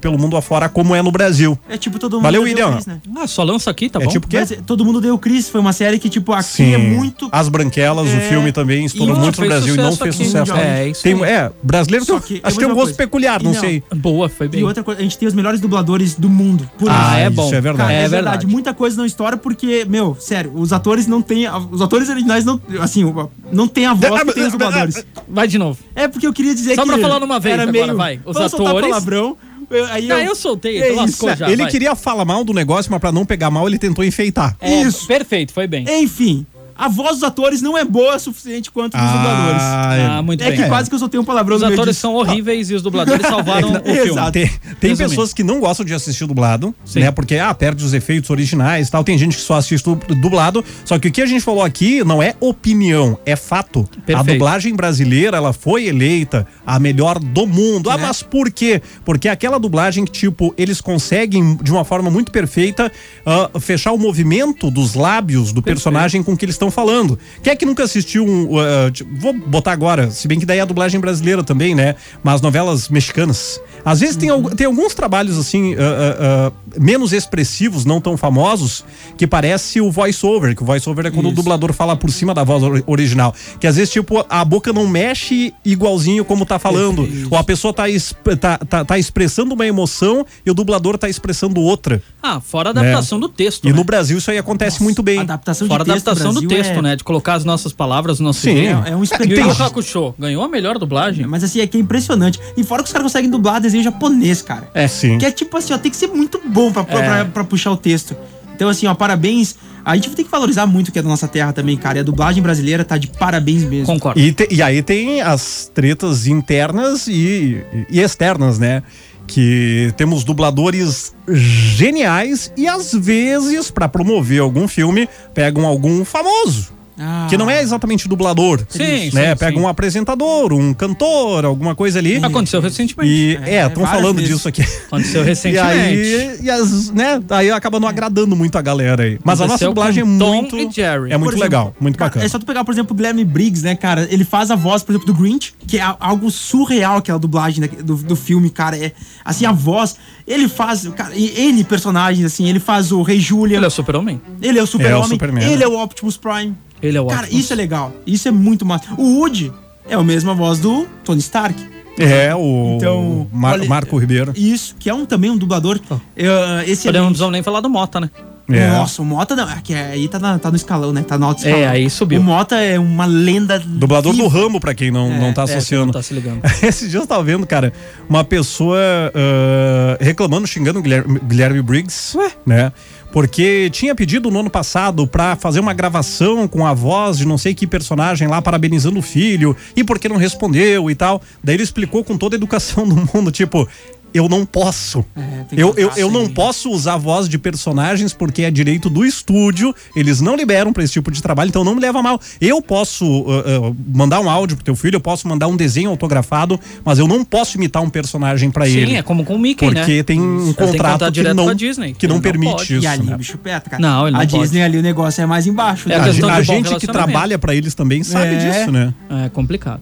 Speaker 4: pelo mundo afora como é no Brasil.
Speaker 6: É tipo todo mundo.
Speaker 4: Valeu,
Speaker 6: odeia o
Speaker 4: William.
Speaker 6: Chris, né?
Speaker 5: Ah, só lança aqui, tá
Speaker 4: É
Speaker 5: bom?
Speaker 4: tipo- Por quê? Ah,
Speaker 6: Mas, eh, todo mundo deu o Chris. Foi uma série que, tipo, aqui é muito.
Speaker 4: As Branquelas, o
Speaker 6: É.
Speaker 4: filme também estourou
Speaker 5: E não
Speaker 4: muito no
Speaker 5: fez
Speaker 4: Brasil e não
Speaker 5: sucesso
Speaker 4: fez
Speaker 5: aqui,
Speaker 4: sucesso.
Speaker 5: mundial.
Speaker 4: É,
Speaker 5: É, isso
Speaker 4: tem,
Speaker 5: aí.
Speaker 4: é, brasileiro
Speaker 6: Só
Speaker 4: tem-
Speaker 6: que eu
Speaker 4: acho que
Speaker 6: vou dizer
Speaker 4: tem um
Speaker 6: uma
Speaker 4: gosto
Speaker 6: coisa.
Speaker 4: peculiar, não,
Speaker 6: E não,
Speaker 4: sei.
Speaker 5: Boa, foi bem.
Speaker 6: E outra coisa, a gente tem os melhores dubladores do mundo. Por
Speaker 5: Ah,
Speaker 6: isso.
Speaker 5: é
Speaker 4: isso
Speaker 5: bom.
Speaker 4: é verdade.
Speaker 6: Cara,
Speaker 5: é
Speaker 6: verdade.
Speaker 5: verdade.
Speaker 6: muita coisa não estoura porque, meu, sério, os atores não têm. a- Os atores originais não. Assim, o- não tem
Speaker 4: É,
Speaker 6: a voz que tem os dubladores.
Speaker 5: Vai de novo.
Speaker 6: É porque eu queria dizer
Speaker 5: Só
Speaker 6: que.
Speaker 5: pra falar numa vez
Speaker 6: era
Speaker 5: agora, vai. Os
Speaker 6: Vamos soltar
Speaker 5: atores-
Speaker 6: palavrão. eu- Aí
Speaker 5: Não, Ah, eu soltei, tu lascou
Speaker 6: isso. é,
Speaker 5: já.
Speaker 4: ele
Speaker 5: vai.
Speaker 4: queria falar mal do negócio, mas pra não pegar mal, ele tentou enfeitar.
Speaker 5: É,
Speaker 6: Isso. É.
Speaker 5: Perfeito, foi bem.
Speaker 6: Enfim, a voz dos atores não é boa o suficiente quanto dos dubladores.
Speaker 5: Ah, muito
Speaker 6: É
Speaker 5: bem.
Speaker 6: que quase que eu soltei um palavrão
Speaker 5: Os
Speaker 6: no meio
Speaker 5: atores
Speaker 6: disso.
Speaker 5: são horríveis e os dubladores salvaram o filme.
Speaker 6: Exato.
Speaker 4: Tem, tem
Speaker 5: Resumindo.
Speaker 4: pessoas que não gostam de assistir dublado,
Speaker 5: Sim.
Speaker 4: né? Porque, ah, perde os efeitos originais e tal. Tem gente que só assiste du- dublado. Só que o que a gente falou aqui não é opinião, é fato. A
Speaker 5: Perfeito.
Speaker 4: dublagem brasileira, ela foi eleita a melhor do mundo. Ah,
Speaker 5: Né?
Speaker 4: mas por quê? Porque aquela dublagem que, tipo, eles conseguem, de uma forma muito perfeita, ah, fechar o movimento dos lábios do personagem com o que eles estão falando. Quem é que nunca assistiu um... ah, tipo, vou botar agora, se bem que daí é a dublagem brasileira também, né? Mas novelas mexicanas. Às vezes tem, al- tem alguns trabalhos, assim, ah, ah, ah, menos expressivos, não tão famosos, que parece o voice-over, que o voice-over é quando o dublador fala por cima da voz ori- original. Que às vezes, tipo, a boca não mexe igualzinho como tá falando. Ou a pessoa tá, exp- tá, tá, tá expressando uma emoção e o dublador tá expressando outra.
Speaker 5: Ah, fora a adaptação
Speaker 6: É.
Speaker 5: do texto.
Speaker 4: E
Speaker 5: né?
Speaker 4: no Brasil isso aí acontece muito bem.
Speaker 6: Adaptação
Speaker 5: Fora a
Speaker 6: de texto,
Speaker 5: adaptação do
Speaker 6: Brasil
Speaker 5: texto,
Speaker 6: é-
Speaker 5: né? De colocar as nossas palavras, o nosso
Speaker 4: Sim.
Speaker 5: jeito.
Speaker 6: É, é um
Speaker 5: E o
Speaker 6: espetáculo.
Speaker 5: Yu Hakusho ganhou a melhor dublagem.
Speaker 6: Mas assim, é que é impressionante. E fora que os caras conseguem dublar desenho japonês, cara.
Speaker 4: É, sim.
Speaker 6: Que é tipo assim, ó, tem que ser muito bom pra,
Speaker 5: É.
Speaker 6: pra- pra- pra puxar o texto. Então, assim, ó, parabéns. A gente tem que valorizar muito o que é da nossa terra também, cara. E a dublagem brasileira tá de parabéns mesmo.
Speaker 5: Concordo.
Speaker 4: E, te- e aí tem as tretas internas e, e externas, né? Que temos dubladores geniais e às vezes, pra promover algum filme, pegam algum famoso.
Speaker 6: Ah.
Speaker 4: Que não é exatamente dublador.
Speaker 5: Sim,
Speaker 4: né?
Speaker 5: sim,
Speaker 4: Pega
Speaker 5: sim.
Speaker 4: um apresentador, um cantor, alguma coisa ali.
Speaker 5: Aconteceu recentemente.
Speaker 4: E é,
Speaker 6: É,
Speaker 4: estão
Speaker 6: várias
Speaker 4: falando
Speaker 6: vezes.
Speaker 4: disso aqui.
Speaker 5: Aconteceu
Speaker 4: E
Speaker 5: recentemente. É.
Speaker 4: aí, e as, né? Aí acaba não agradando muito a galera aí. Mas a nossa
Speaker 5: Aconteceu
Speaker 4: dublagem é
Speaker 5: com Tom
Speaker 4: muito.
Speaker 5: e Jerry.
Speaker 4: É muito
Speaker 6: Por exemplo,
Speaker 4: legal, muito
Speaker 6: cara,
Speaker 4: bacana.
Speaker 6: É só tu pegar, por exemplo, o Guilherme Briggs, né, cara? Ele faz a voz, por exemplo, do Grinch, que é a- algo surreal aquela dublagem da- do, do filme, cara. É, assim, a voz. Ele faz, cara, e N personagens, assim. Ele faz o Rei Julia.
Speaker 5: Ele é o super-homem.
Speaker 6: Ele é o
Speaker 4: É o
Speaker 6: Super-Homem.
Speaker 4: Superman,
Speaker 6: ele
Speaker 4: né?
Speaker 6: é o Optimus Prime.
Speaker 5: Ele é o
Speaker 6: Cara,
Speaker 5: Optimus.
Speaker 6: isso é legal. Isso é muito massa. O Woody é a mesma voz do Tony Stark.
Speaker 4: É, o
Speaker 6: Então,
Speaker 4: Mar-
Speaker 6: olha-
Speaker 4: Marco Ribeiro.
Speaker 6: Isso, que é um, também um dublador.
Speaker 5: Oh.
Speaker 6: eh, esse
Speaker 5: Olha,
Speaker 6: é.
Speaker 5: Não precisamos nem falar do Mota, né?
Speaker 4: É.
Speaker 6: Nossa, o Mota não. É que aí tá, na- tá no escalão, né? Tá no alto escalão.
Speaker 5: É, aí subiu.
Speaker 6: O Mota é uma lenda.
Speaker 4: Dublador do
Speaker 6: viva.
Speaker 4: Rambo, pra quem não, não tá
Speaker 5: É,
Speaker 4: associando.
Speaker 5: não tá se ligando.
Speaker 4: Esses dias eu tava vendo, cara, uma pessoa ah, reclamando, xingando o Guilherme, Guilherme Briggs, né? Porque tinha pedido no ano passado pra fazer uma gravação com a voz de não sei que personagem lá, parabenizando o filho, e porque não respondeu e tal. Daí ele explicou com toda a educação do mundo, tipo. eu não posso.
Speaker 6: É, tem que
Speaker 4: eu, eu,
Speaker 6: cantar
Speaker 4: eu não
Speaker 6: sem-
Speaker 4: posso usar a voz de personagens porque é direito do estúdio, eles não liberam pra esse tipo de trabalho, então não me leva a mal. Eu posso ah, ah, mandar um áudio pro teu filho, eu posso mandar um desenho autografado, mas eu não posso imitar um personagem pra ele.
Speaker 5: Sim, é como com o Mickey, né?
Speaker 4: Porque tem um
Speaker 5: Ele tem que
Speaker 4: contrato
Speaker 5: contar
Speaker 4: que,
Speaker 5: direto
Speaker 4: não,
Speaker 5: com a Disney.
Speaker 4: que
Speaker 5: Ele
Speaker 4: não,
Speaker 5: não
Speaker 4: permite
Speaker 5: pode.
Speaker 4: isso.
Speaker 6: E ali,
Speaker 4: né?
Speaker 6: o bicho peta, cara.
Speaker 5: Não, ele não
Speaker 6: A
Speaker 5: pode.
Speaker 6: Disney ali o negócio é mais embaixo.
Speaker 5: É
Speaker 6: né?
Speaker 5: a
Speaker 4: A,
Speaker 5: questão
Speaker 4: ge-
Speaker 5: de
Speaker 4: a
Speaker 5: bom
Speaker 4: gente que
Speaker 5: relacionamento.
Speaker 4: trabalha pra eles também sabe
Speaker 6: É.
Speaker 4: disso, né?
Speaker 5: É complicado.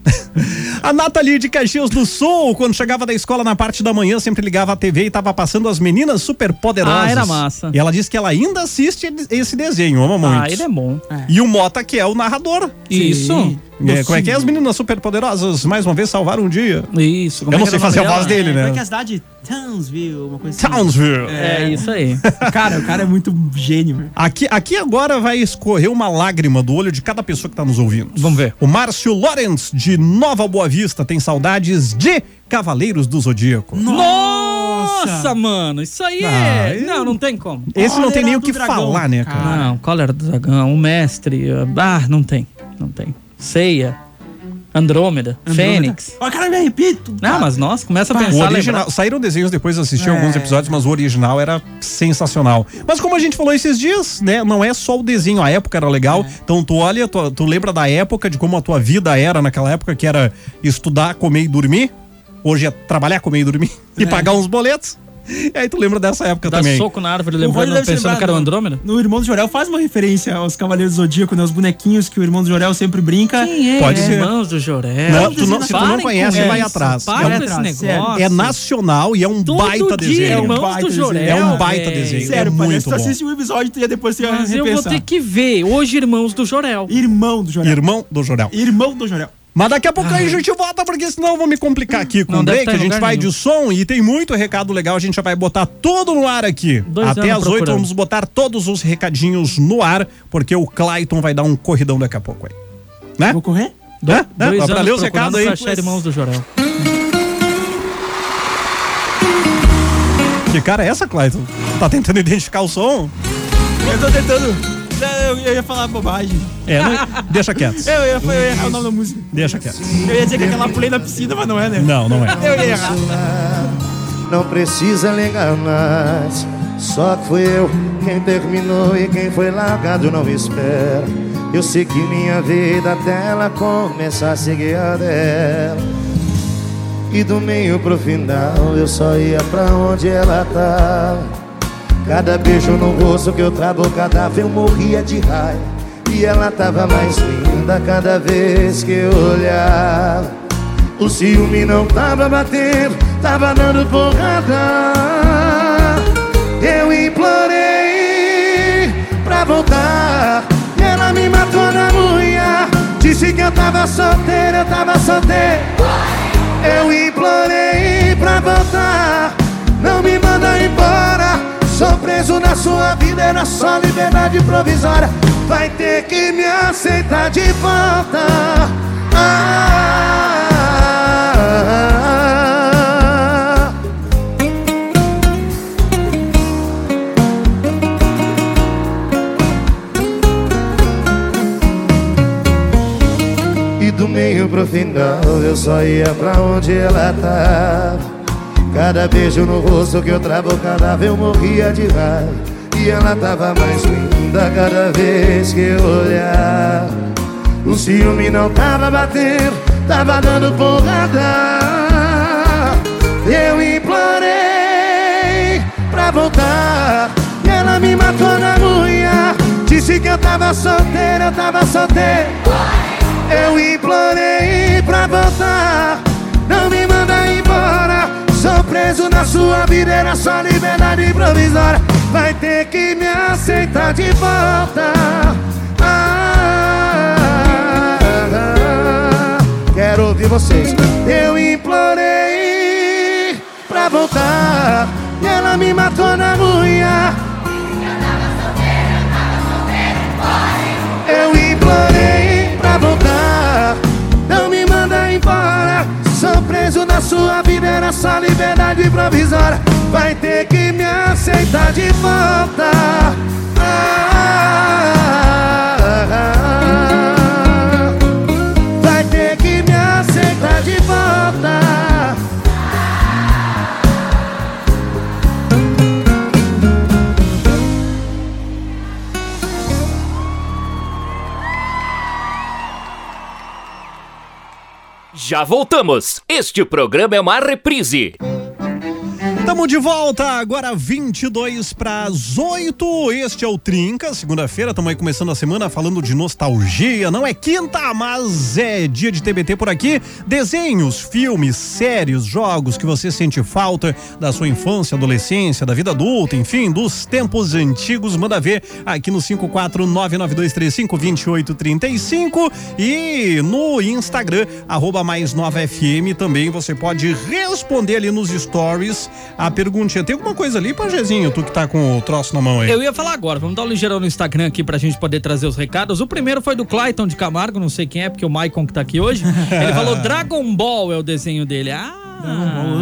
Speaker 4: A Nathalie de Caxias do Sul, quando chegava da escola na parte da manhã, sempre ligava a TV e tava passando as meninas super poderosas.
Speaker 5: Ah, era massa.
Speaker 4: E ela disse que ela ainda assiste esse desenho, ama muito.
Speaker 5: ah, ele é bom.
Speaker 4: E o Mota, que é o narrador.
Speaker 5: Isso.
Speaker 4: É, como é que é? As meninas super poderosas, mais uma vez, salvaram um dia.
Speaker 5: Isso. como é
Speaker 4: Eu não
Speaker 5: que
Speaker 4: sei
Speaker 5: era o
Speaker 4: fazer a
Speaker 5: nome
Speaker 4: voz
Speaker 5: dela?
Speaker 4: dele,
Speaker 6: Como é que é
Speaker 4: né?
Speaker 6: a cidade? Townsville, uma coisa assim.
Speaker 4: Townsville.
Speaker 5: É isso aí.
Speaker 6: Cara, o cara é muito gênio. velho.
Speaker 4: Aqui, aqui agora vai escorrer uma lágrima do olho de cada pessoa que tá nos ouvindo.
Speaker 5: Vamos ver.
Speaker 4: O Márcio Lawrence, de Nova Boa Vista, tem saudades de Cavaleiros do Zodíaco.
Speaker 5: Nossa, mano, isso aí
Speaker 4: Ah,
Speaker 5: é.
Speaker 4: eu-
Speaker 5: Não, não tem como.
Speaker 4: Esse não tem nem
Speaker 6: Cólera
Speaker 4: o
Speaker 6: do
Speaker 4: que
Speaker 6: Dragão.
Speaker 4: falar, né, cara?
Speaker 6: Cara.
Speaker 5: Não, Cólera do Dragão, o Mestre. Ah, não tem. Não tem. Ceia. Andrômeda. Fênix.
Speaker 6: Ó, cara, me arrepito.
Speaker 5: Não, mas nossa, começa a
Speaker 4: Tá. O
Speaker 5: pensar.
Speaker 4: original,
Speaker 5: lembrar. É.
Speaker 4: saíram desenhos depois, eu assisti alguns episódios, mas o original era sensacional. Mas como a gente falou esses dias, né? Não é só o desenho, a época era legal.
Speaker 5: É.
Speaker 4: Então tu olha, tu, tu lembra da época, de como a tua vida era naquela época, que era estudar, comer e dormir. Hoje é trabalhar, comer e dormir
Speaker 5: É.
Speaker 4: e pagar uns boletos. E aí tu lembra dessa época
Speaker 5: Dá
Speaker 4: também.
Speaker 5: soco na árvore,
Speaker 6: O Rony
Speaker 5: lembrando,
Speaker 6: deve se
Speaker 5: pensando
Speaker 6: lembrar
Speaker 5: que era o
Speaker 6: do-
Speaker 5: Andrômeda.
Speaker 6: No Irmão do Jorel faz uma referência aos Cavaleiros do Zodíaco, né? Os bonequinhos que o Irmão do Jorel sempre brinca.
Speaker 5: é?
Speaker 4: Pode ser.
Speaker 5: Irmãos do Joré.
Speaker 4: é? Não, tu não- se tu não
Speaker 5: Parem
Speaker 4: conhece,
Speaker 5: com
Speaker 4: vai
Speaker 5: isso,
Speaker 4: atrás. um
Speaker 5: Para
Speaker 6: É
Speaker 5: com esse
Speaker 6: atrás, sério.
Speaker 5: negócio.
Speaker 4: É nacional e é um
Speaker 5: Todo
Speaker 4: baita
Speaker 5: dia,
Speaker 4: desenho.
Speaker 6: irmão.
Speaker 5: Irmãos
Speaker 6: baita
Speaker 5: do
Speaker 6: desenho.
Speaker 5: Joré.
Speaker 4: É um baita
Speaker 5: velho.
Speaker 4: desenho.
Speaker 6: Sério,
Speaker 4: é
Speaker 6: parece
Speaker 4: muito
Speaker 6: que
Speaker 4: bom.
Speaker 6: tu assiste um episódio e depois você
Speaker 5: Mas eu vou
Speaker 6: repensar.
Speaker 5: ter que ver. Hoje, Irmãos do Jorel.
Speaker 6: Irmão do Jorel.
Speaker 4: Irmão do Jorel.
Speaker 6: Irmão do Jorel.
Speaker 4: Mas daqui a pouco aí a gente volta, porque senão eu vou me complicar aqui com
Speaker 5: Não
Speaker 4: o
Speaker 5: deve
Speaker 4: break.
Speaker 5: tá em
Speaker 4: a gente
Speaker 5: lugar
Speaker 4: vai
Speaker 5: nenhum.
Speaker 4: de som e tem muito recado legal. A gente já vai botar tudo no ar aqui.
Speaker 5: Dois
Speaker 4: Até
Speaker 5: anos
Speaker 4: às oito
Speaker 5: procurando.
Speaker 4: vamos botar todos os recadinhos no ar, porque o Clayton vai dar um corridão daqui a pouco aí. Né?
Speaker 6: Vou correr?
Speaker 4: Né? Né?
Speaker 5: Dois
Speaker 4: Pra
Speaker 5: anos
Speaker 4: ler os
Speaker 5: procurando
Speaker 4: recados aí.
Speaker 5: pra achar Irmãos do Jorel.
Speaker 4: Que cara é essa, Clayton? Tá tentando identificar o som?
Speaker 6: Eu tô tentando. Eu, eu ia falar bobagem.
Speaker 4: É, não- deixa quieto.
Speaker 6: Eu, ia- eu ia errar o nome da música.
Speaker 4: Deixa quieto.
Speaker 6: Eu ia dizer que aquela pulei na piscina, mas não é, né?
Speaker 4: Não, não é.
Speaker 6: Eu ia errar.
Speaker 9: Não precisa ligar mais. Só que fui eu quem terminou e quem foi largado não espera. Eu segui minha vida até ela começar a seguir a dela. E do meio pro final eu só ia pra onde ela tá. tava. Cada beijo no rosto que eu trabucadava eu morria de raiva. E ela tava mais linda cada vez que eu olhava. O ciúme não tava batendo, tava dando porrada. Eu implorei pra voltar. e Ela me matou na unha. Disse que eu tava solteira, eu tava solteira. Eu implorei pra voltar. Não me manda embora. Sou preso na sua vida, era só liberdade provisória. Vai ter que me aceitar de volta. Ah, E do meio pro final eu só ia pra onde ela tava. Cada beijo no rosto que eu trabucava eu morria de raiva. E ela tava mais linda cada vez que eu olhava. O ciúme não tava batendo, tava dando porrada. Eu implorei pra voltar. E ela me matou na unha. Disse que eu tava solteira, eu tava solteira. Eu implorei pra voltar Não me manda embora Sou preso na sua vida Era só liberdade provisória Vai ter que me aceitar de volta Ah, ah, ah. Quero ouvir vocês Eu implorei pra voltar E ela me matou na unha Eu implorei pra voltar Não me manda embora Sou preso na sua vida Era só liberdade provisória Vai ter que me aceitar de volta Ah, ah, ah. Vai ter que me aceitar de volta
Speaker 1: Já voltamos. Este programa é uma reprise.
Speaker 4: Tamo de volta, agora 22 para as 8. Este é o Trinca, segunda-feira. Tamo aí começando a semana falando de nostalgia. Não é quinta, mas é dia de TBT por aqui. Desenhos, filmes, séries, jogos que você sente falta da sua infância, adolescência, da vida adulta, enfim, dos tempos antigos. Manda ver aqui no 54992352835 e no Instagram, arroba mais nova FM. Também você pode responder ali nos stories a perguntinha. Tem alguma coisa ali, Pajezinho, tu que tá com o troço na mão aí?
Speaker 5: Eu ia falar agora, vamos dar um ligeirão no Instagram aqui pra gente poder trazer os recados. O primeiro foi do Clayton de Camargo, não sei quem é, porque o Maicon que tá aqui hoje. Ele falou Dragon Ball é o desenho dele. Ah!
Speaker 6: Eu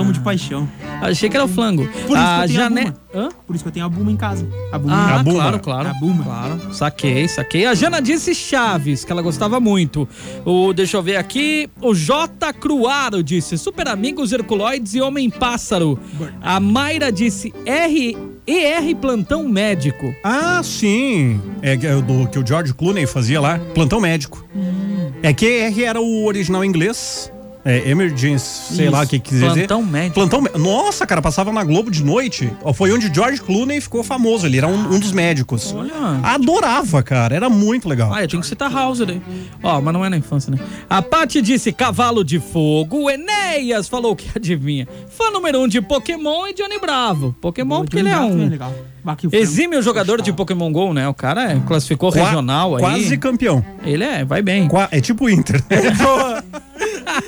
Speaker 6: amo de paixão.
Speaker 5: Achei que era o flango.
Speaker 6: Por isso
Speaker 5: a
Speaker 6: que eu tenho a
Speaker 5: Jane-
Speaker 6: Buma.
Speaker 5: Hã?
Speaker 6: Por isso que eu tenho a Buma em casa. A Buma. é
Speaker 5: Ah,
Speaker 4: A Buma.
Speaker 5: claro, claro.
Speaker 6: A Buma.
Speaker 5: Claro. Saquei, saquei. A Jana disse Chaves, que ela gostava muito. O, deixa eu ver aqui. O J. Cruaro disse Super Amigos, Herculoides e Homem Pássaro. A Mayra disse R. ER Plantão Médico.
Speaker 4: Ah, sim. É que- é o do que o George Clooney fazia lá, plantão médico.
Speaker 5: Hum.
Speaker 4: É que ER era o original em inglês. É, emergency, sei
Speaker 6: Isso,
Speaker 4: lá o que quiser dizer.
Speaker 5: plantão médico.
Speaker 4: Plantão mé- Nossa, cara, passava na Globo de noite. Ó, Foi onde o George Clooney ficou famoso. Ele era um, um dos médicos.
Speaker 5: Olha.
Speaker 4: Adorava, cara. Era muito legal.
Speaker 5: Ah, eu tenho que citar Hauser aí. Ó, mas não é na infância, né? A Paty disse Cavalo de Fogo. O Enéas falou que adivinha. Fã número um de Pokémon e Johnny Bravo. Pokémon, porque ele é um.
Speaker 6: Legal. Baqui o frango.
Speaker 5: Exime o jogador de Pokémon GO, né? O cara é, classificou
Speaker 4: Qua-
Speaker 5: regional aí.
Speaker 4: Quase campeão.
Speaker 5: Ele é, vai bem.
Speaker 4: Qua- é tipo o Inter.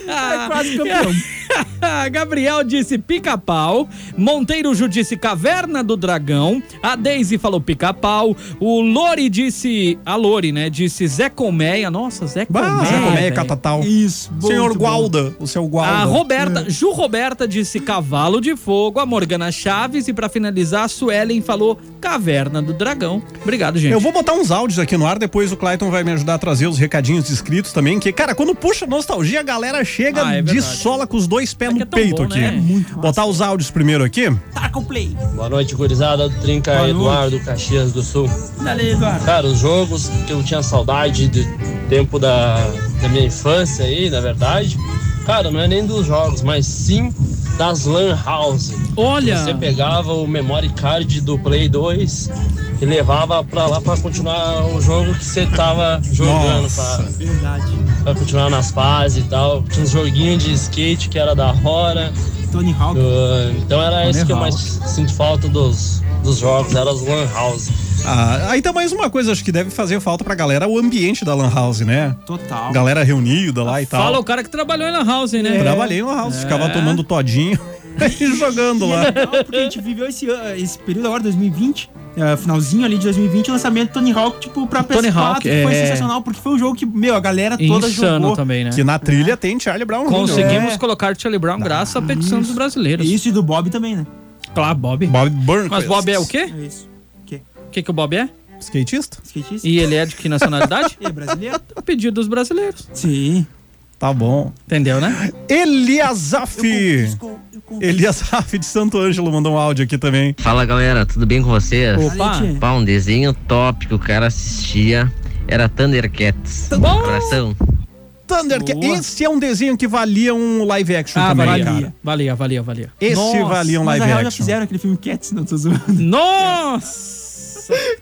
Speaker 5: é quase campeão. Gabriel disse pica-pau. Monteiro Ju disse caverna do dragão. A Daisy falou pica-pau. O Lori disse. A Lori, né? Disse Zé Colmeia. Nossa, Zé
Speaker 4: Bah, Zé
Speaker 5: Colmeia,
Speaker 4: Colmeia,
Speaker 5: velho.
Speaker 4: Catatal.
Speaker 6: Isso. bom,
Speaker 4: Senhor
Speaker 6: muito bom.
Speaker 4: Gualda, o seu Gualda.
Speaker 5: A Roberta, Ju Roberta disse Cavalo de Fogo, a Morgana Chaves e pra finalizar a Suelen falou Caverna do Dragão. Obrigado, gente.
Speaker 4: Eu vou botar uns áudios aqui no ar, depois o Clayton vai me ajudar a trazer os recadinhos escritos também, que, cara, quando puxa nostalgia, a galera chega
Speaker 5: Ah, é
Speaker 4: de
Speaker 5: verdade.
Speaker 4: sola com os dois pés
Speaker 5: É que
Speaker 4: no
Speaker 5: é tão
Speaker 4: peito
Speaker 5: bom,
Speaker 4: aqui.
Speaker 5: né? É muito
Speaker 4: botar os áudios primeiro aqui.
Speaker 6: Taca o play.
Speaker 10: Boa noite, gurizada do Trinca
Speaker 6: Boa
Speaker 10: Eduardo Caxias do Sul.
Speaker 6: Dale, Eduardo.
Speaker 10: Cara, os jogos que eu tinha saudade do tempo da, da minha infância aí, na verdade. Cara, não é nem dos jogos, mas sim das Lan House.
Speaker 5: Olha,
Speaker 10: Você pegava o memory card do Play 2 e levava pra lá pra continuar o jogo que você tava jogando, pra,
Speaker 6: Verdade.
Speaker 10: pra continuar nas fases e tal. Tinha uns joguinhos de skate que era da hora.
Speaker 6: Tony Hawk.
Speaker 10: Uh, então era isso que eu mais sinto falta dos, dos jogos, eram as Lan House.
Speaker 4: Ah, aí tem mais uma coisa, acho que deve fazer falta pra galera, o ambiente da Lan House, né?
Speaker 6: Total.
Speaker 4: Galera reunida lá e tal.
Speaker 5: fala o É. cara que trabalhou aí na House, né?
Speaker 4: É. Trabalhei no House, ficava tomando todinho e jogando lá.
Speaker 5: É.
Speaker 6: Não, é porque a gente viveu esse, ano- esse período agora, 2020, eh, finalzinho ali de 2020, o lançamento do Tony Hawk, tipo, pra
Speaker 5: Tony
Speaker 6: PS4,
Speaker 5: Hawk,
Speaker 6: que foi
Speaker 5: é.
Speaker 6: sensacional, porque foi um jogo que, meu, a galera toda
Speaker 5: Insano
Speaker 6: jogou.
Speaker 5: também, né?
Speaker 4: Que na trilha tem Charlie Brown Jr.
Speaker 5: Conseguimos
Speaker 4: É.
Speaker 5: colocar Charlie Brown graças à petição dos brasileiros.
Speaker 6: Isso, e do Bob também, né?
Speaker 5: Claro, Bob.
Speaker 4: Bob Burnquist.
Speaker 5: Mas Bob é o quê?
Speaker 6: É isso. O quê?
Speaker 5: O que, que o Bob é?
Speaker 4: Skatista?
Speaker 6: Skatista?
Speaker 5: E ele é de que nacionalidade?
Speaker 6: E é brasileiro?
Speaker 5: A pedido dos brasileiros.
Speaker 6: Sim.
Speaker 4: Tá bom.
Speaker 5: Entendeu, né?
Speaker 4: Eliasaf. Eliasaf de Santo Ângelo mandou um áudio aqui também.
Speaker 11: Fala galera, tudo bem com vocês?
Speaker 5: Opa.
Speaker 6: Valente.
Speaker 11: Pá, um desenho top que o cara assistia era Thundercats.
Speaker 5: Bom.
Speaker 11: Abração.
Speaker 4: Thunder, que
Speaker 6: Boa.
Speaker 4: esse é um desenho que valia um live action
Speaker 5: Ah,
Speaker 4: também,
Speaker 5: valia.
Speaker 4: cara.
Speaker 5: Valia, valia, valia.
Speaker 4: Esse valia um
Speaker 6: mas
Speaker 4: live
Speaker 6: na real já
Speaker 4: action.
Speaker 6: fizeram aquele filme Cats, não tô zoando.
Speaker 5: Nossa!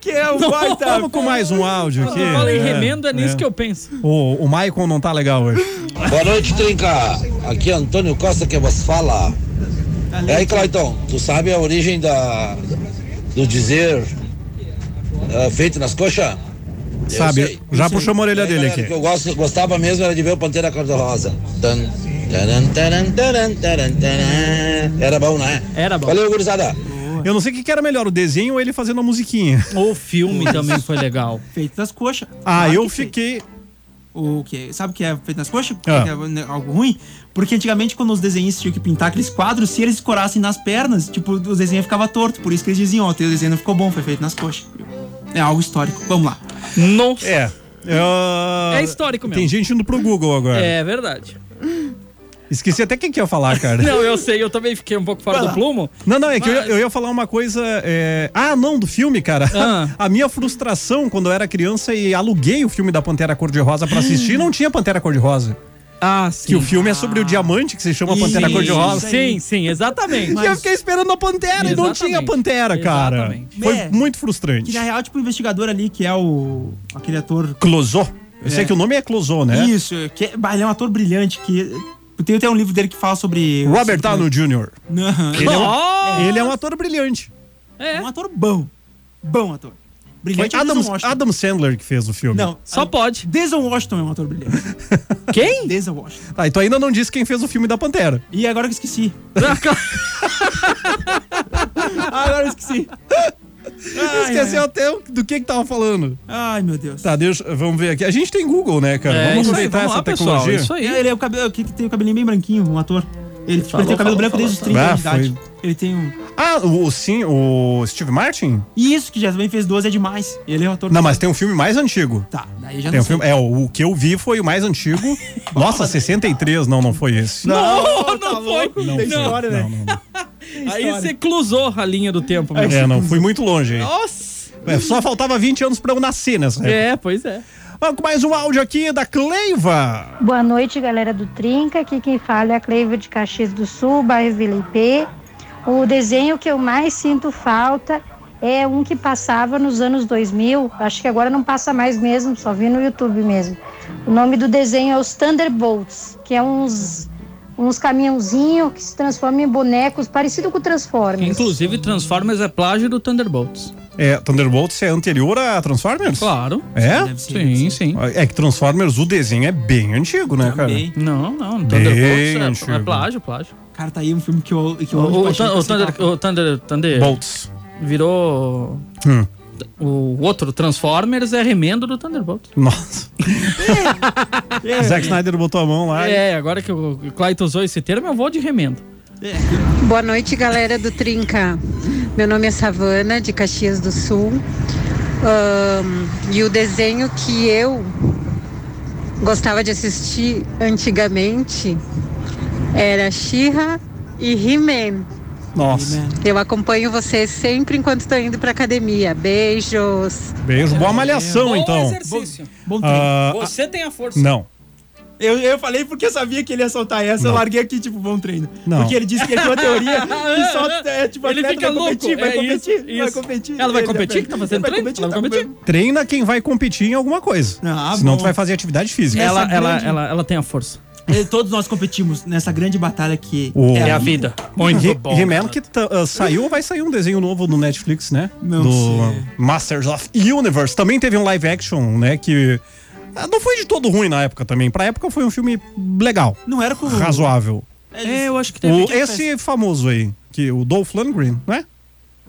Speaker 6: Que é o
Speaker 5: baita-
Speaker 4: Vamos com mais um áudio aqui.
Speaker 5: Eu falei
Speaker 4: É,
Speaker 5: remendo, é nisso
Speaker 4: é.
Speaker 5: que eu penso.
Speaker 4: O, o Maicon não tá legal hoje.
Speaker 10: Boa noite, Trinca. Aqui é Antônio Costa que vos fala. E aí, Clayton, tu sabe a origem da, do dizer eh, feito nas coxas?
Speaker 4: Sabe?
Speaker 10: sei.
Speaker 4: Já puxamos a orelha
Speaker 10: Aí,
Speaker 4: dele
Speaker 10: galera, O
Speaker 4: aqui.
Speaker 10: que eu gosto- gostava mesmo era de ver o Pantera Cor-de-Rosa. Tan, taran, taran, taran, taran, taran. Era bom, né?
Speaker 5: Era bom.
Speaker 10: Valeu, gurizada.
Speaker 4: Eu não sei o que que era melhor, o desenho ou ele fazendo a musiquinha.
Speaker 5: O filme também foi legal.
Speaker 6: Feito nas coxas.
Speaker 4: Ah,
Speaker 6: que
Speaker 4: eu
Speaker 6: feito.
Speaker 4: fiquei.
Speaker 6: O que? Sabe o que é feito nas coxas?
Speaker 4: Ah.
Speaker 6: Que é algo ruim? Porque antigamente, quando os desenhistas tinham que pintar aqueles quadros, se eles escorassem nas pernas, tipo, o desenho ficava torto. Por isso que eles diziam, ó, teu desenho não ficou bom, foi feito nas coxas. É algo histórico. Vamos lá.
Speaker 5: Nossa!
Speaker 4: É. Ah,
Speaker 5: É histórico mesmo.
Speaker 4: Tem gente indo pro Google agora.
Speaker 5: É verdade.
Speaker 4: Esqueci até quem que eu ia falar, cara.
Speaker 5: Não, eu sei, eu também fiquei um pouco fora do plumo.
Speaker 4: Não, não, é que eu, ia-
Speaker 5: Mas-
Speaker 4: eu ia falar uma coisa. é, Ah, não, do filme, cara.
Speaker 5: Ah.
Speaker 4: A minha frustração quando eu era criança e aluguei o filme da Pantera Cor-de-Rosa pra assistir, não tinha Pantera Cor-de-Rosa.
Speaker 5: Ah, sim.
Speaker 4: Que o filme é sobre o diamante, que se chama Pantera
Speaker 5: Sim,
Speaker 4: Cor-de-Rosa.
Speaker 5: Sim, sim, exatamente.
Speaker 4: E eu fiquei esperando a Pantera e não
Speaker 5: Exatamente.
Speaker 4: tinha a Pantera, cara.
Speaker 5: Exatamente.
Speaker 4: Foi
Speaker 6: É.
Speaker 4: muito frustrante.
Speaker 6: Que na real, tipo, o investigador ali, que é o. aquele ator.
Speaker 4: Closô. Eu sei
Speaker 6: É.
Speaker 4: que o nome é Closô, né?
Speaker 6: Isso, que é, bah, ele é um ator brilhante que. Tem até um livro dele que fala sobre.
Speaker 4: Robert Downey
Speaker 6: sobre-
Speaker 4: Jr.
Speaker 6: Não.
Speaker 4: Ele é,
Speaker 5: Nossa!
Speaker 4: um, ele é um ator brilhante.
Speaker 6: É um ator bom. Bom ator.
Speaker 4: Foi
Speaker 6: Brilhante é
Speaker 4: Adam,
Speaker 6: Denzel Washington.
Speaker 4: Adam Sandler que fez o filme.
Speaker 6: Não,
Speaker 5: Só pode.
Speaker 6: Denzel Washington é um ator brilhante.
Speaker 5: Quem?
Speaker 6: Denzel Washington.
Speaker 4: Tá, e tu ainda não disse quem fez o filme da Pantera.
Speaker 6: E agora que eu esqueci. agora eu esqueci. Ai,
Speaker 4: Esqueceu
Speaker 6: ai.
Speaker 4: até o- do que que tava falando.
Speaker 6: Ai, meu Deus.
Speaker 4: Tá, deixa, vamos ver aqui. A gente tem Google, né, cara?
Speaker 5: É,
Speaker 4: vamos
Speaker 5: isso aí,
Speaker 4: aproveitar
Speaker 5: vamos
Speaker 4: essa
Speaker 5: lá, pessoal,
Speaker 4: tecnologia.
Speaker 5: isso aí.
Speaker 6: É, Ele é o cabelo, que tem o cabelinho bem branquinho, um ator. Ele, tipo, ele tem o cabelo
Speaker 5: falou,
Speaker 6: branco desde os 30
Speaker 4: falou.
Speaker 6: anos de
Speaker 4: Ah,
Speaker 6: idade. Ele tem um.
Speaker 4: Ah, o, sim, o Steve Martin?
Speaker 6: E isso que já também fez 12 é demais. Ele é um ator.
Speaker 4: Não, mas tem um filme mais antigo.
Speaker 6: Tá, daí já
Speaker 4: Tem
Speaker 6: não
Speaker 4: um
Speaker 6: sei.
Speaker 4: filme, é, o o que eu vi foi o mais antigo. Nossa, 63, não, não foi esse.
Speaker 5: Não, Oh, não
Speaker 6: tá
Speaker 5: foi.
Speaker 6: louco,
Speaker 5: Não
Speaker 6: tem
Speaker 4: foi,
Speaker 6: história, né?
Speaker 4: não, não, não.
Speaker 5: Aí você cruzou a linha do tempo, meu.
Speaker 4: É, não, fui muito longe. aí.
Speaker 5: Nossa!
Speaker 4: É, só faltava 20 anos pra eu nascer nessa época.
Speaker 5: É, pois é.
Speaker 4: Vamos com mais um áudio aqui da Cleiva.
Speaker 12: Boa noite, galera do Trinca. Aqui quem fala é a Cleiva de Caxias do Sul, bairro Vila IP. O desenho que eu mais sinto falta é um que passava nos anos 2000. Acho que agora não passa mais mesmo, só vi no YouTube mesmo. O nome do desenho é os Thunderbolts, que é uns, uns caminhãozinhos que se transformam em bonecos, parecido com o Transformers.
Speaker 5: Inclusive, Transformers é plágio do Thunderbolts.
Speaker 4: É, Thunderbolts é anterior a Transformers?
Speaker 5: Claro.
Speaker 4: É?
Speaker 6: Deve ser,
Speaker 5: Sim, sim.
Speaker 4: É que Transformers, o desenho é bem antigo, né, cara?
Speaker 6: Também.
Speaker 5: Não, não.
Speaker 4: Bem
Speaker 5: Thunderbolts é- é,
Speaker 4: antigo.
Speaker 5: plágio, plágio.
Speaker 6: Cara, tá aí um filme que eu. Que
Speaker 5: O,
Speaker 6: eu amo de
Speaker 5: o,
Speaker 6: paixão,
Speaker 5: Thun-
Speaker 6: que
Speaker 5: o
Speaker 6: eu sei lá,
Speaker 5: Thunder,
Speaker 6: cara.
Speaker 5: o Thunder,
Speaker 6: É.
Speaker 5: Thunder
Speaker 4: Bolts.
Speaker 5: virou.
Speaker 4: Hum.
Speaker 5: O outro Transformers é remendo do Thunderbolt.
Speaker 4: Nossa.
Speaker 6: É.
Speaker 4: Zack Snyder botou a mão lá.
Speaker 5: É, agora que o Clayton usou esse termo, eu vou de remendo.
Speaker 12: Boa noite, galera do Trinca. Meu nome é Savana, de Caxias do Sul. Ahn, e o desenho que eu gostava de assistir antigamente era She-Ra e He-Man.
Speaker 4: Nossa.
Speaker 12: Eu acompanho vocês sempre enquanto estou indo para academia. Beijos!
Speaker 4: Beijo.
Speaker 6: É.
Speaker 4: Boa malhação, então.
Speaker 5: exercício.
Speaker 6: Bom tempo.
Speaker 4: Ah,
Speaker 5: Você tem a força.
Speaker 4: não.
Speaker 6: Eu, eu falei porque eu sabia que ele ia soltar essa, eu
Speaker 4: Não.
Speaker 6: larguei aqui, tipo, bom treino.
Speaker 4: Não.
Speaker 6: Porque ele disse que ele tem uma teoria que só é, tipo,
Speaker 5: Ele
Speaker 6: atleta
Speaker 5: fica
Speaker 6: vai competir,
Speaker 5: louco,
Speaker 6: vai
Speaker 5: é
Speaker 6: competir,
Speaker 5: isso,
Speaker 6: vai
Speaker 5: isso.
Speaker 6: competir.
Speaker 5: Ela vai
Speaker 6: Ele
Speaker 5: competir,
Speaker 6: aprende.
Speaker 5: que tá fazendo
Speaker 6: Vai
Speaker 5: treino?
Speaker 6: competir,
Speaker 5: Ela vai
Speaker 6: tá
Speaker 5: competir.
Speaker 6: competir.
Speaker 4: Treina quem vai competir em alguma coisa.
Speaker 6: Ah,
Speaker 4: Senão
Speaker 6: bom.
Speaker 4: tu vai fazer atividade física.
Speaker 5: Ela,
Speaker 6: Essa é
Speaker 5: ela,
Speaker 6: grande-
Speaker 5: ela, ela tem a força.
Speaker 6: E Todos nós competimos nessa grande batalha que
Speaker 4: O-
Speaker 5: É a vida. Muito
Speaker 4: He-
Speaker 5: bom.
Speaker 4: He-Man que tá- ah, saiu, vai sair um desenho novo no Netflix, né?
Speaker 6: Não
Speaker 4: do
Speaker 6: sei.
Speaker 4: Masters of Universe. Também teve um live action, né? Que ah, não foi de todo ruim na época também. Pra época foi um filme legal,
Speaker 6: não era com
Speaker 4: razoável.
Speaker 5: É, eu acho que tem.
Speaker 4: O,
Speaker 6: que
Speaker 4: esse famoso aí, que o Dolph Lundgren, né?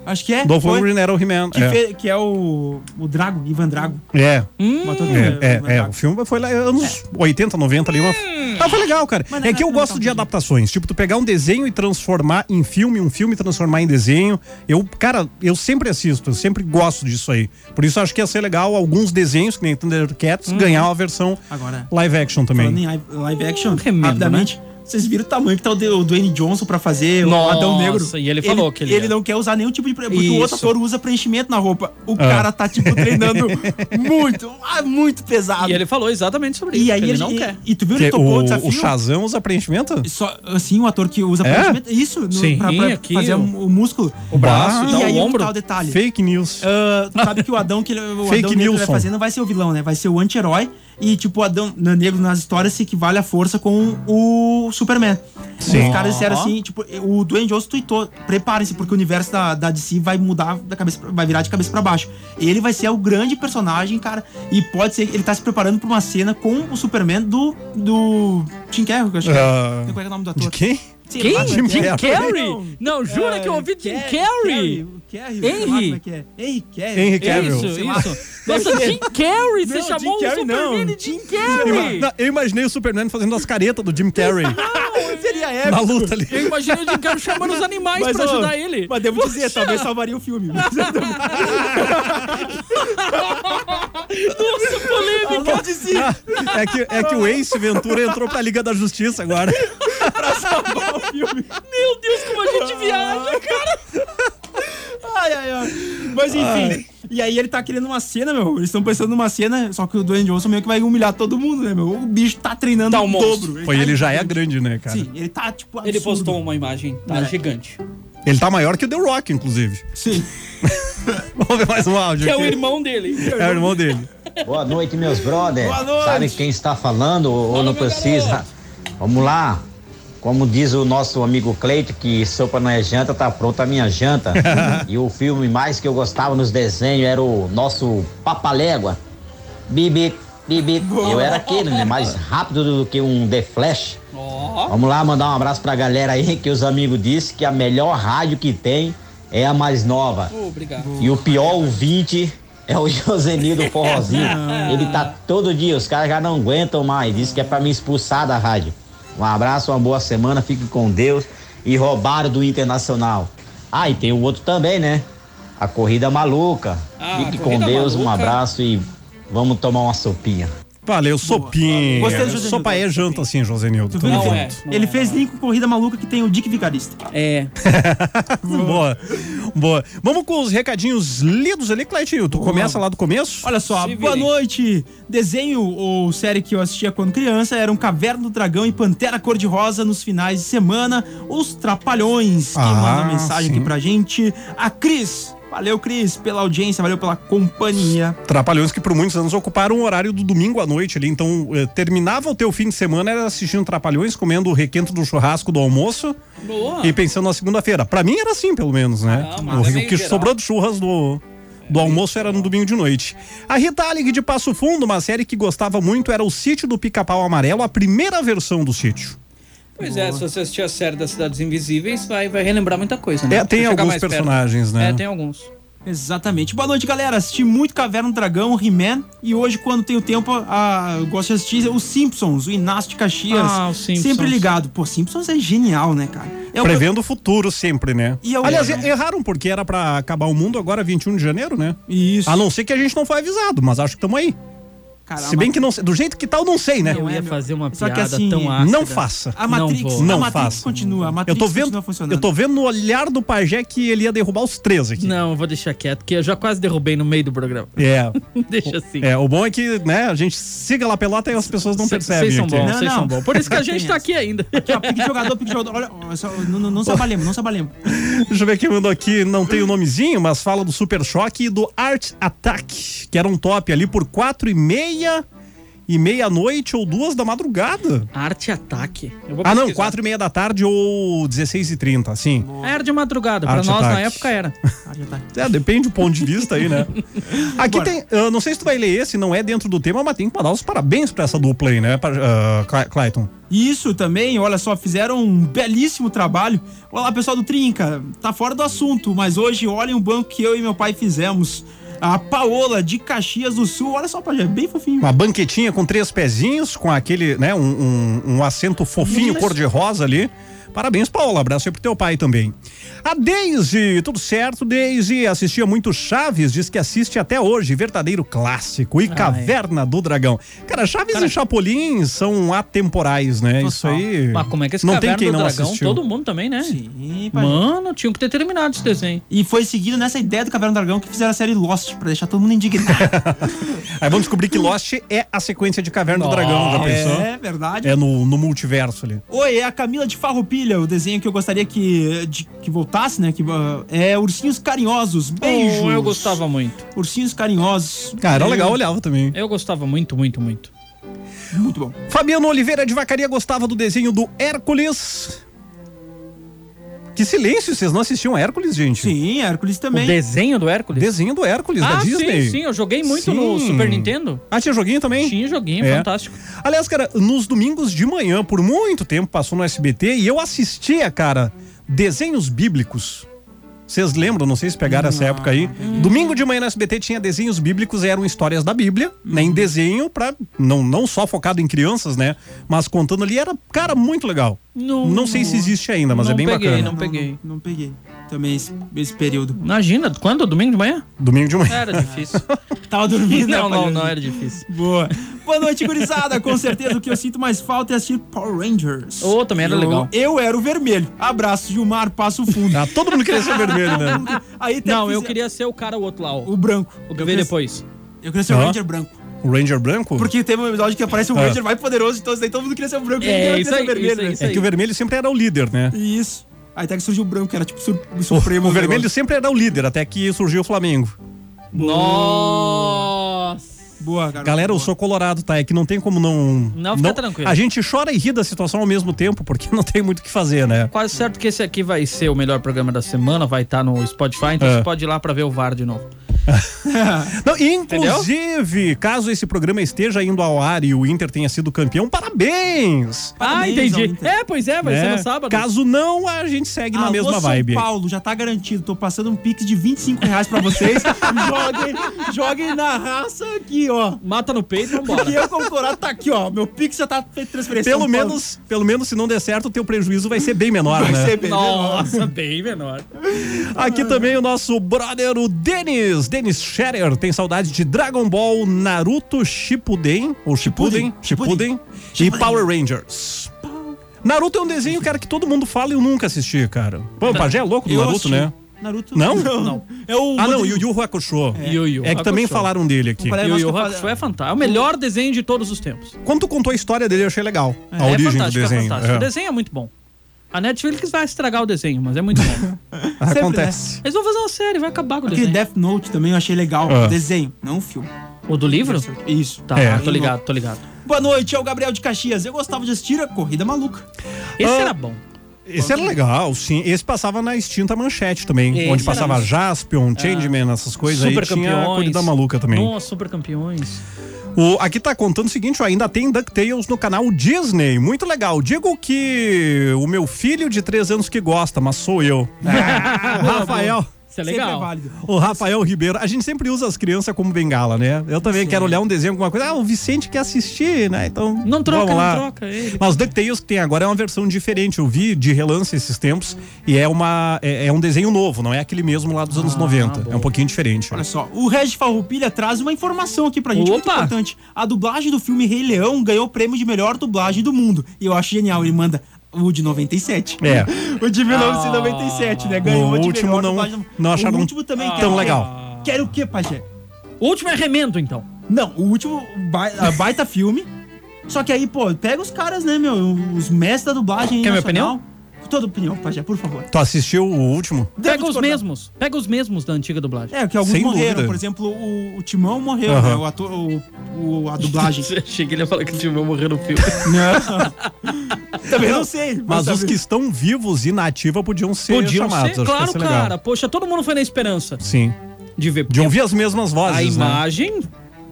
Speaker 6: Acho que é.
Speaker 4: Dolph
Speaker 6: foi,
Speaker 4: Lundgren era o He-Man.
Speaker 6: que,
Speaker 4: é.
Speaker 6: fe- que é o, o Drago, Ivan Drago.
Speaker 4: É.
Speaker 5: Hum.
Speaker 6: o ator
Speaker 4: É,
Speaker 6: Ivan- Ivan
Speaker 4: é, é,
Speaker 6: Drago.
Speaker 4: o filme foi lá anos 80, 90 ali. Uma... Ah, foi legal, cara.
Speaker 6: É. Hum. Mas não
Speaker 4: É que eu
Speaker 6: era tão
Speaker 4: gosto de
Speaker 6: ruim.
Speaker 4: adaptações. Tipo, tu pegar um desenho e transformar em filme, um filme transformar em desenho. Eu, cara, eu sempre assisto, eu sempre gosto disso aí. Por isso acho que ia ser legal alguns desenhos, que nem Thundercats, ganhar uma versão
Speaker 6: Hum. Agora,
Speaker 4: live action
Speaker 5: é,
Speaker 4: também.
Speaker 6: falando em live- live action,
Speaker 5: remendo,
Speaker 6: rapidamente, vocês viram o tamanho que tá o D- o Dwayne Johnson pra fazer o
Speaker 5: Nossa,
Speaker 6: Adão Negro.
Speaker 5: e ele falou que ele é.
Speaker 6: não quer usar nenhum tipo de... pre- Porque o outro
Speaker 5: Isso. Ah.
Speaker 6: ator usa preenchimento na roupa. O cara tá, tipo, treinando muito, ah, muito pesado.
Speaker 5: E ele falou exatamente sobre isso.
Speaker 6: E aí
Speaker 5: que
Speaker 6: ele,
Speaker 5: ele, não
Speaker 6: e,
Speaker 5: quer.
Speaker 6: E tu viu
Speaker 4: Que
Speaker 6: ele topou o, desafio?
Speaker 4: o, o Shazam usa preenchimento?
Speaker 6: Só, assim, o ator que usa
Speaker 4: É?
Speaker 6: preenchimento. Isso, no,
Speaker 5: Sim,
Speaker 6: pra, pra
Speaker 5: aqui,
Speaker 6: fazer
Speaker 5: o-
Speaker 6: um- o músculo.
Speaker 4: O braço,
Speaker 6: e
Speaker 5: não,
Speaker 6: aí tá
Speaker 5: o
Speaker 6: o
Speaker 5: ombro.
Speaker 6: tal detalhe.
Speaker 4: Fake news.
Speaker 6: Ah, tu sabe que o Adão que ele, o
Speaker 4: Fake
Speaker 6: Adão Negro vai
Speaker 4: Nilson.
Speaker 6: fazer não vai ser o vilão, né? Vai ser o anti-herói. E, tipo, o Adão na- Negro nas histórias se equivale à força com o Superman.
Speaker 4: Sim.
Speaker 6: Os caras disseram assim, tipo, o Dwayne Johnson tweetou, preparem-se, porque o universo da, da DC vai mudar da cabeça, pra- vai virar de cabeça pra baixo. Ele vai ser o grande personagem, cara, e pode ser, ele tá se preparando pra uma cena com o Superman do, do Tim Carrey, que eu acho que é.
Speaker 4: Ah,
Speaker 6: Qual é o nome do ator?
Speaker 4: de quem?
Speaker 6: Sei
Speaker 5: Quem?
Speaker 6: lá,
Speaker 4: Jim
Speaker 6: como é que é.
Speaker 4: Carrey.
Speaker 5: Carrie? Não, jura que eu ouvi Jim
Speaker 6: Car-
Speaker 5: Carrey.
Speaker 6: o Carrey, sei lá como é que é. Henry Carrey.
Speaker 4: Henry
Speaker 5: É
Speaker 4: Cavill.
Speaker 5: Isso,
Speaker 6: sei lá.
Speaker 5: isso. Nossa, Jim Carrey, você
Speaker 6: Não,
Speaker 5: chamou
Speaker 6: Jim
Speaker 5: o
Speaker 6: Carrey não.
Speaker 5: Superman de Jim
Speaker 4: Ima-
Speaker 5: Carrey.
Speaker 4: não, Eu imaginei o Superman fazendo as caretas do Jim Carrey
Speaker 6: Seria
Speaker 4: na
Speaker 6: épico.
Speaker 4: luta ali.
Speaker 5: Eu imaginei o Jim Carrey chamando os animais pra
Speaker 6: ó,
Speaker 5: ajudar ele.
Speaker 6: Mas devo dizer,
Speaker 5: Poxa,
Speaker 6: talvez salvaria o filme.
Speaker 5: Nossa, polêmica.
Speaker 6: Alô, DC,
Speaker 4: É que, é que o Ace Ventura entrou pra Liga da Justiça agora.
Speaker 6: o filme.
Speaker 5: Meu Deus, como a gente viaja, cara.
Speaker 6: Ai, ai, ai. Mas enfim, E aí ele tá querendo uma cena, meu. Eles estão pensando numa cena, só que o Dwayne Johnson meio que vai humilhar todo mundo, né, meu? O bicho tá treinando
Speaker 5: Tá
Speaker 6: o
Speaker 5: um monstro.
Speaker 6: dobro.
Speaker 4: Pô,
Speaker 6: tá
Speaker 4: ele já é grande, né, cara?
Speaker 6: Sim, ele tá tipo
Speaker 5: Ele postou uma imagem, tá
Speaker 6: É.
Speaker 5: gigante.
Speaker 4: Ele tá maior que o The Rock, inclusive.
Speaker 6: Sim.
Speaker 4: Vamos ver mais um áudio.
Speaker 5: Que é o
Speaker 4: aqui.
Speaker 5: irmão dele.
Speaker 4: É o irmão dele.
Speaker 13: Boa noite, meus brother.
Speaker 5: Boa noite.
Speaker 13: Sabe quem está falando ou não precisa? Vamos lá. Como diz o nosso amigo Cleito, que sopa não é janta, tá pronta a minha janta. e o filme mais que eu gostava nos desenhos era o nosso Papalégua. Bibi, bibi. Eu era aquele, né? Mais rápido do que um The Flash. Vamos lá mandar um abraço pra galera aí, que os amigos disseram que a melhor rádio que tem é a mais nova.
Speaker 5: Obrigado.
Speaker 13: E o pior ouvinte é o Josenil do Forrozinho. Ele tá todo dia, os caras já não aguentam mais. Diz que é pra me expulsar da rádio. Um abraço, uma boa semana, fique com Deus. E roubaram do Internacional. Ah, e tem o outro também, né? A Corrida Maluca.
Speaker 5: Ah,
Speaker 13: fique com
Speaker 5: Corrida
Speaker 13: Deus, um
Speaker 5: Maluca.
Speaker 13: abraço e vamos tomar um uma sopinha.
Speaker 4: Valeu, sopinha.
Speaker 6: Gostei do José
Speaker 4: Sopa é janta, sim, José Nildo. Tamo junto.
Speaker 6: Ele fez link com corrida maluca que tem o Dick Vigarista.
Speaker 5: É.
Speaker 4: Boa. Boa. Vamos com os recadinhos lidos ali, Cleitinho. Tu começa lá do começo?
Speaker 6: Olha só, boa noite. Desenho ou série que eu assistia quando criança eram Caverna do Dragão e Pantera Cor-de-Rosa nos finais de semana. Os Trapalhões, que
Speaker 4: Ah,
Speaker 6: manda mensagem
Speaker 4: sim.
Speaker 6: aqui pra gente. A Cris. Valeu, Cris, pela audiência, valeu pela companhia.
Speaker 4: Trapalhões que por muitos anos ocuparam o horário do domingo à noite ali. Então, eh, terminava o teu fim de semana era assistindo Trapalhões, comendo o requento do churrasco do almoço
Speaker 5: Boa.
Speaker 4: e Ah. pensando na segunda-feira. Pra mim era assim, pelo menos, né?
Speaker 5: Ah, mas
Speaker 4: o,
Speaker 5: é
Speaker 4: o
Speaker 5: meio
Speaker 4: que
Speaker 5: geral. É.
Speaker 4: sobrou do churras do. Do almoço era no domingo de noite. A Rita Allig de Passo Fundo, uma série que gostava muito, era o Sítio do Pica-Pau Amarelo, a primeira versão do sítio.
Speaker 5: Pois é, se você assistir a série das Cidades Invisíveis, vai, vai relembrar muita coisa, né?
Speaker 4: É, tem
Speaker 5: Vai chegar
Speaker 4: alguns
Speaker 5: mais perto.
Speaker 4: personagens, né?
Speaker 5: É, tem alguns.
Speaker 6: Exatamente. Boa noite, galera. Assisti muito Caverna do Dragão, He-Man. E hoje, quando tenho tempo, a... eu gosto de assistir os Simpsons, o Inácio de Caxias.
Speaker 5: Ah, os Simpsons.
Speaker 6: Sempre ligado. Pô, Simpsons é genial, né, cara? É o-
Speaker 4: Prevendo o futuro sempre, né?
Speaker 6: E é o-
Speaker 4: Aliás,
Speaker 6: é.
Speaker 4: erraram porque era pra acabar o mundo agora 21 de janeiro, né?
Speaker 6: Isso.
Speaker 4: A não ser que a gente não foi avisado, mas acho que estamos aí.
Speaker 6: Caramba.
Speaker 4: Se bem que não sei, do jeito que tal, não sei, né?
Speaker 5: Eu ia fazer uma
Speaker 6: Só que
Speaker 5: piada
Speaker 6: assim,
Speaker 5: tão ácida.
Speaker 4: não faça.
Speaker 6: A Matrix,
Speaker 5: vou.
Speaker 6: a
Speaker 4: Não
Speaker 6: Matrix
Speaker 4: faça.
Speaker 6: continua, a
Speaker 4: Eu
Speaker 6: Matrix
Speaker 4: tô vendo,
Speaker 6: continua funcionando.
Speaker 4: eu tô vendo no olhar do pajé que ele ia derrubar os três aqui.
Speaker 5: Não, eu vou deixar quieto, que eu já quase derrubei no meio do programa.
Speaker 4: É.
Speaker 5: Deixa assim.
Speaker 4: É, o bom é que, né, a gente siga lá a pelota e as pessoas não
Speaker 5: Cê-
Speaker 4: percebem.
Speaker 5: Vocês são
Speaker 4: aqui. né?
Speaker 5: bons,
Speaker 6: Não,
Speaker 5: vocês
Speaker 6: não.
Speaker 5: são bons. Por isso que a gente
Speaker 6: Tem
Speaker 5: tá
Speaker 6: essa.
Speaker 5: aqui ainda.
Speaker 6: Aqui, ó, pique de jogador, pique de jogador. Olha, ó, só- não, não, não se abalemos, não se abalemos.
Speaker 4: Deixa eu ver quem mandou aqui, não tem o nomezinho, mas fala do Super Choque e do Art Attack, que era um top ali por quatro e meia e meia-noite ou duas da madrugada.
Speaker 5: Arte e ataque. Eu vou
Speaker 4: Ah não,
Speaker 5: pesquisar.
Speaker 4: quatro e meia da tarde ou 16 e 30 assim.
Speaker 5: É, Era de madrugada, pra
Speaker 4: Arte
Speaker 5: nós na
Speaker 4: ataque.
Speaker 5: época era.
Speaker 6: Ah, já tá.
Speaker 4: É, depende do ponto de vista aí, né? Aqui tem, eu não sei se tu vai ler esse, não é dentro do tema, mas tem que dar os parabéns pra essa dupla aí, né, pra, ah, Cla- Clayton?
Speaker 6: Isso também, olha só, fizeram um belíssimo trabalho. Olá, pessoal do Trinca, tá fora do assunto, mas hoje olhem o banco que eu e meu pai fizemos. A Paola de Caxias do Sul, olha só, Pajé, bem fofinho.
Speaker 4: Uma banquetinha com três pezinhos, com aquele, né, um, um, um assento fofinho
Speaker 6: Isso.
Speaker 4: cor-de-rosa ali. Parabéns, Paola. Abraço aí pro teu pai também. A Daisy, tudo certo, Daisy? Assistia muito Chaves, diz que assiste até hoje. Verdadeiro clássico. E Caverna do Dragão. Cara, Chaves e Chapolin são atemporais, né? Isso aí.
Speaker 5: Mas como é que esse
Speaker 4: Não tem
Speaker 5: Caverna
Speaker 4: quem
Speaker 5: do
Speaker 4: não
Speaker 5: Dragão,
Speaker 4: assistiu.
Speaker 5: todo mundo também, né?
Speaker 6: Sim, Pajé.
Speaker 5: Mano, tinha que ter terminado esse desenho.
Speaker 6: E foi seguido nessa ideia do Caverna do Dragão que fizeram a série Lost, pra deixar todo mundo indignado.
Speaker 4: Aí vamos descobrir que Lost é a sequência de Caverna do Dragão, já pensou?
Speaker 6: é verdade.
Speaker 4: É no, no multiverso ali.
Speaker 6: Oi, é a Camila de Farroupilha, o desenho que eu gostaria que, de- que voltasse, né? Que, ah, é Ursinhos Carinhosos, beijos.
Speaker 5: Oh, eu gostava muito.
Speaker 6: Ursinhos Carinhosos.
Speaker 4: Cara, era
Speaker 6: É,
Speaker 4: legal, olhava também.
Speaker 5: Eu gostava muito, muito, muito.
Speaker 6: Muito bom.
Speaker 4: Fabiano Oliveira de Vacaria gostava do desenho do Hércules. Que silêncio, vocês não assistiam Hércules, gente?
Speaker 6: Sim, Hércules também.
Speaker 5: O desenho do Hércules?
Speaker 4: Desenho do Hércules, da
Speaker 5: ah,
Speaker 4: Disney.
Speaker 5: sim, sim. Eu joguei muito no
Speaker 4: Sim.
Speaker 5: Super Nintendo.
Speaker 4: Ah, tinha joguinho também?
Speaker 5: Tinha um joguinho,
Speaker 4: É.
Speaker 5: fantástico.
Speaker 4: Aliás, cara, nos domingos de manhã, por muito tempo, passou no SBT e eu assistia, cara, desenhos bíblicos. Vocês lembram? Não sei se pegaram essa
Speaker 5: Ah.
Speaker 4: época aí. Domingo de manhã no SBT tinha desenhos bíblicos, eram histórias da Bíblia,
Speaker 5: Uhum.
Speaker 4: né? Em desenho, pra, não, não só focado em crianças, né? Mas contando ali, era, cara, muito legal.
Speaker 5: Não,
Speaker 4: Não sei se existe ainda, mas
Speaker 5: não
Speaker 4: é bem
Speaker 5: peguei,
Speaker 4: bacana.
Speaker 5: Não peguei.
Speaker 6: Não, não peguei. também esse, esse período.
Speaker 5: Imagina, quando? Domingo de manhã?
Speaker 4: Domingo de manhã.
Speaker 5: Era difícil.
Speaker 6: Tava dormindo.
Speaker 5: Não,
Speaker 6: né,
Speaker 5: não,
Speaker 6: Padre?
Speaker 5: não era difícil.
Speaker 6: Boa. Boa noite, gurizada. Com certeza o que eu sinto mais falta é assistir Power Rangers.
Speaker 5: Ô, Oh, também era
Speaker 6: Eu-
Speaker 5: legal.
Speaker 6: Eu era o vermelho. Abraço, Gilmar, passo
Speaker 5: É.
Speaker 6: fundo. Ah,
Speaker 4: todo mundo queria ser vermelho, né?
Speaker 6: Aí até
Speaker 5: Não,
Speaker 6: fiz-
Speaker 5: eu queria ser o cara, o outro lá. O,
Speaker 6: branco.
Speaker 5: O que veio depois.
Speaker 6: Eu queria ser o
Speaker 4: Aham.
Speaker 6: Ranger branco.
Speaker 4: O Ranger branco?
Speaker 6: Porque teve um episódio que aparece um
Speaker 4: Ah.
Speaker 6: Ranger mais poderoso, então daí todo mundo queria ser o branco.
Speaker 5: É,
Speaker 6: ninguém queria
Speaker 5: isso
Speaker 6: ser
Speaker 5: aí,
Speaker 6: vermelho,
Speaker 5: isso aí,
Speaker 6: né?
Speaker 5: isso
Speaker 4: É que o vermelho sempre era o líder, né?
Speaker 6: Isso. Aí até que surgiu o branco, que era tipo sur-
Speaker 4: O,
Speaker 6: supremo.
Speaker 4: o vermelho sempre era o líder, até que surgiu o Flamengo.
Speaker 5: Nossa!
Speaker 6: Boa, cara.
Speaker 4: Galera, eu sou colorado, tá? É que não tem como não.
Speaker 5: Não, fica tranquilo.
Speaker 4: A gente chora e ri da situação ao mesmo tempo, porque não tem muito o que fazer, né?
Speaker 5: Quase certo que esse aqui vai ser o melhor programa da semana, vai estar no Spotify, então
Speaker 4: É.
Speaker 5: você pode ir lá pra ver o VAR de novo.
Speaker 4: Não, e inclusive, caso esse programa esteja indo ao ar e o Inter tenha sido campeão, parabéns!
Speaker 5: ah, entendi. É, pois é, vai ser
Speaker 4: Né?
Speaker 5: no sábado.
Speaker 4: Caso não, a gente segue na
Speaker 6: Alô,
Speaker 4: mesma
Speaker 6: São
Speaker 4: vibe.
Speaker 6: Paulo, já tá garantido. Tô passando um pix de 25 reais pra vocês. joguem, joguem na raça aqui, ó.
Speaker 5: Mata no peito, vambora.
Speaker 6: Porque eu, como colorado, tá aqui, ó. Meu pix já tá feito transferência.
Speaker 4: Pelo
Speaker 6: São Paulo.
Speaker 4: menos, pelo menos, se não der certo, o teu prejuízo vai ser bem menor,
Speaker 6: Vai
Speaker 4: né?
Speaker 6: ser bem
Speaker 5: Nossa, bem menor.
Speaker 4: Aqui também o nosso brother, o Denis. Denis Scherer tem saudade de Dragon Ball, Naruto, Shippuden, ou Shippuden, Shippuden, e Power Rangers. Naruto é um desenho, cara, que todo mundo fala e eu nunca assisti, cara. Pô, o Pajé é louco do
Speaker 6: Eu
Speaker 4: Naruto,
Speaker 6: assisti.
Speaker 4: né?
Speaker 6: Naruto.
Speaker 4: Não?
Speaker 6: É o.
Speaker 4: Ah, não,
Speaker 6: Rodrigo.
Speaker 4: Yu Yu Hakusho.
Speaker 5: É. Yu Yu
Speaker 4: É que também
Speaker 5: Hakusho.
Speaker 4: falaram dele aqui.
Speaker 5: E o Yu Hakusho é fantástico. É o melhor desenho de todos os tempos.
Speaker 4: Quando tu contou a história dele, eu achei legal.
Speaker 5: É,
Speaker 4: A
Speaker 5: é
Speaker 4: origem do
Speaker 5: fantástico, é
Speaker 4: desenho.
Speaker 5: fantástico. O
Speaker 4: É.
Speaker 5: desenho é muito bom. A Netflix vai estragar o desenho, mas é muito bom.
Speaker 6: Sempre,
Speaker 4: Acontece.
Speaker 5: Eles vão fazer uma série, vai acabar com o
Speaker 6: Aquele
Speaker 5: desenho.
Speaker 6: Death Note também eu achei legal.
Speaker 4: Ah.
Speaker 6: O Desenho, não o filme.
Speaker 5: O do livro?
Speaker 6: Isso.
Speaker 5: Tá,
Speaker 4: É.
Speaker 5: tô ligado, tô ligado.
Speaker 6: Boa noite, é o Gabriel de Caxias. Eu gostava de assistir a Corrida Maluca.
Speaker 5: Esse
Speaker 4: Ah.
Speaker 5: era bom.
Speaker 4: Esse era legal, sim. Esse passava na extinta manchete também,
Speaker 5: Esse
Speaker 4: onde
Speaker 5: era
Speaker 4: passava
Speaker 5: isso. Ah.
Speaker 4: Jaspion, Changeman, essas coisas aí. Tinha a corrida maluca também.
Speaker 5: Nossa, super campeões.
Speaker 4: O, aqui tá contando o seguinte, ó, ainda tem DuckTales no canal Disney. Muito legal. Digo que o meu filho de 3 anos que gosta, mas sou eu.
Speaker 5: Ah,
Speaker 4: Rafael.
Speaker 5: Isso é
Speaker 6: Sempre é
Speaker 5: legal.
Speaker 6: válido.
Speaker 4: O Rafael Ribeiro, a gente sempre usa as crianças como bengala, né? Eu também quero olhar um desenho, alguma coisa. Ah, o Vicente quer assistir, né? Então.
Speaker 5: Não troca,
Speaker 4: vamos lá.
Speaker 5: não troca ele.
Speaker 4: Mas DuckTales que tem agora é uma versão diferente. Eu vi de relance esses tempos e é, uma, é, é um desenho novo, não é aquele mesmo lá dos anos
Speaker 5: Ah,
Speaker 4: 90. É um pouquinho diferente.
Speaker 6: Olha só, o Reg Farroupilha traz uma informação aqui pra gente muito
Speaker 5: Opa!
Speaker 6: importante. A dublagem do filme Rei Leão ganhou o prêmio de melhor dublagem do mundo. E eu acho genial, ele manda o de 97.
Speaker 4: É.
Speaker 6: o de 1997, né? Ganhou
Speaker 4: O
Speaker 6: de
Speaker 4: último
Speaker 6: melhor
Speaker 4: não-
Speaker 6: dublagem.
Speaker 4: não acharam
Speaker 6: o último também. um
Speaker 4: tão
Speaker 6: quero o quê?
Speaker 4: legal.
Speaker 6: Ah. Quero o quê, pajé?
Speaker 5: O último é remendo, então.
Speaker 6: Não, o último bai- a baita filme. Só que aí, pô, pega os caras, né, meu? Os mestres da dublagem.
Speaker 5: Quer minha
Speaker 6: nacional. Toda opinião, pajé, por favor.
Speaker 4: Tu assistiu o último?
Speaker 6: Devo
Speaker 5: Pega os
Speaker 6: discordar.
Speaker 5: mesmos. Pega os mesmos da antiga dublagem.
Speaker 6: É, que alguns
Speaker 4: Sem
Speaker 6: morreram.
Speaker 4: dúvida.
Speaker 6: Por exemplo, o, o Timão morreu,
Speaker 4: Aham.
Speaker 6: né? O ator, o, o- a dublagem.
Speaker 5: Achei que ele ia falar que o time vai morrer no filme.
Speaker 6: não. Também não sei.
Speaker 4: Mas os
Speaker 6: sabe.
Speaker 4: que estão vivos e na ativa podiam ser
Speaker 5: Podiam
Speaker 4: chamados.
Speaker 5: ser?
Speaker 4: acho que vai
Speaker 5: é Claro,
Speaker 4: ser legal.
Speaker 5: cara. Poxa, todo mundo foi na esperança
Speaker 4: Sim.
Speaker 5: de ver.
Speaker 4: De ouvir as mesmas vozes.
Speaker 5: a
Speaker 4: né?
Speaker 5: imagem,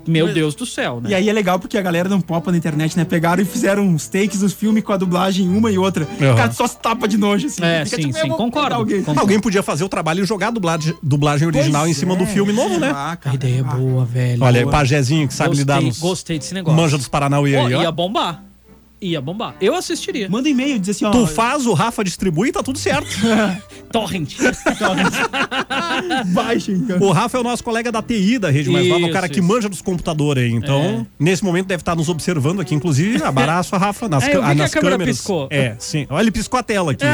Speaker 5: meu Deus do céu, né?
Speaker 6: E aí é legal porque a galera não popa na internet, né? Pegaram e fizeram uns takes dos filmes com a dublagem uma e outra.
Speaker 4: Aham.
Speaker 6: O cara só se tapa de nojo, assim.
Speaker 5: É, sim,
Speaker 6: eu
Speaker 5: sim,
Speaker 6: vou
Speaker 5: concordo.
Speaker 6: matar Alguém.
Speaker 5: Concordo.
Speaker 4: Alguém podia fazer o trabalho e jogar a dublagem, dublagem original em
Speaker 6: Pois
Speaker 4: cima
Speaker 6: é,
Speaker 4: do filme novo, né?
Speaker 6: Ah,
Speaker 5: A
Speaker 6: cara.
Speaker 5: ideia é boa, velho.
Speaker 4: Olha, aí,
Speaker 5: Boa.
Speaker 4: Pajezinho que sabe
Speaker 5: gostei,
Speaker 4: lidar nos
Speaker 5: Gostei desse negócio.
Speaker 4: manja dos Paranauê
Speaker 5: Pô,
Speaker 4: aí,
Speaker 5: ia
Speaker 4: ó.
Speaker 5: bombar. Ia bombar. Eu assistiria.
Speaker 6: Manda e-mail, diz assim, ó.
Speaker 4: Tu faz, o Rafa distribui, tá tudo certo.
Speaker 5: Torrent.
Speaker 6: Baixa, então.
Speaker 4: O Rafa é o nosso colega da TI da Rede Mais Nova, o
Speaker 5: Isso,
Speaker 4: cara que
Speaker 5: isso. É.
Speaker 4: manja dos computadores aí. Então, nesse momento deve estar nos observando aqui, inclusive. Abraço a Rafa nas,
Speaker 5: É, eu vi
Speaker 4: ah,
Speaker 5: que
Speaker 4: nas
Speaker 5: a câmera
Speaker 4: câmeras.
Speaker 5: piscou.
Speaker 4: É, sim. Olha, ele piscou a tela aqui.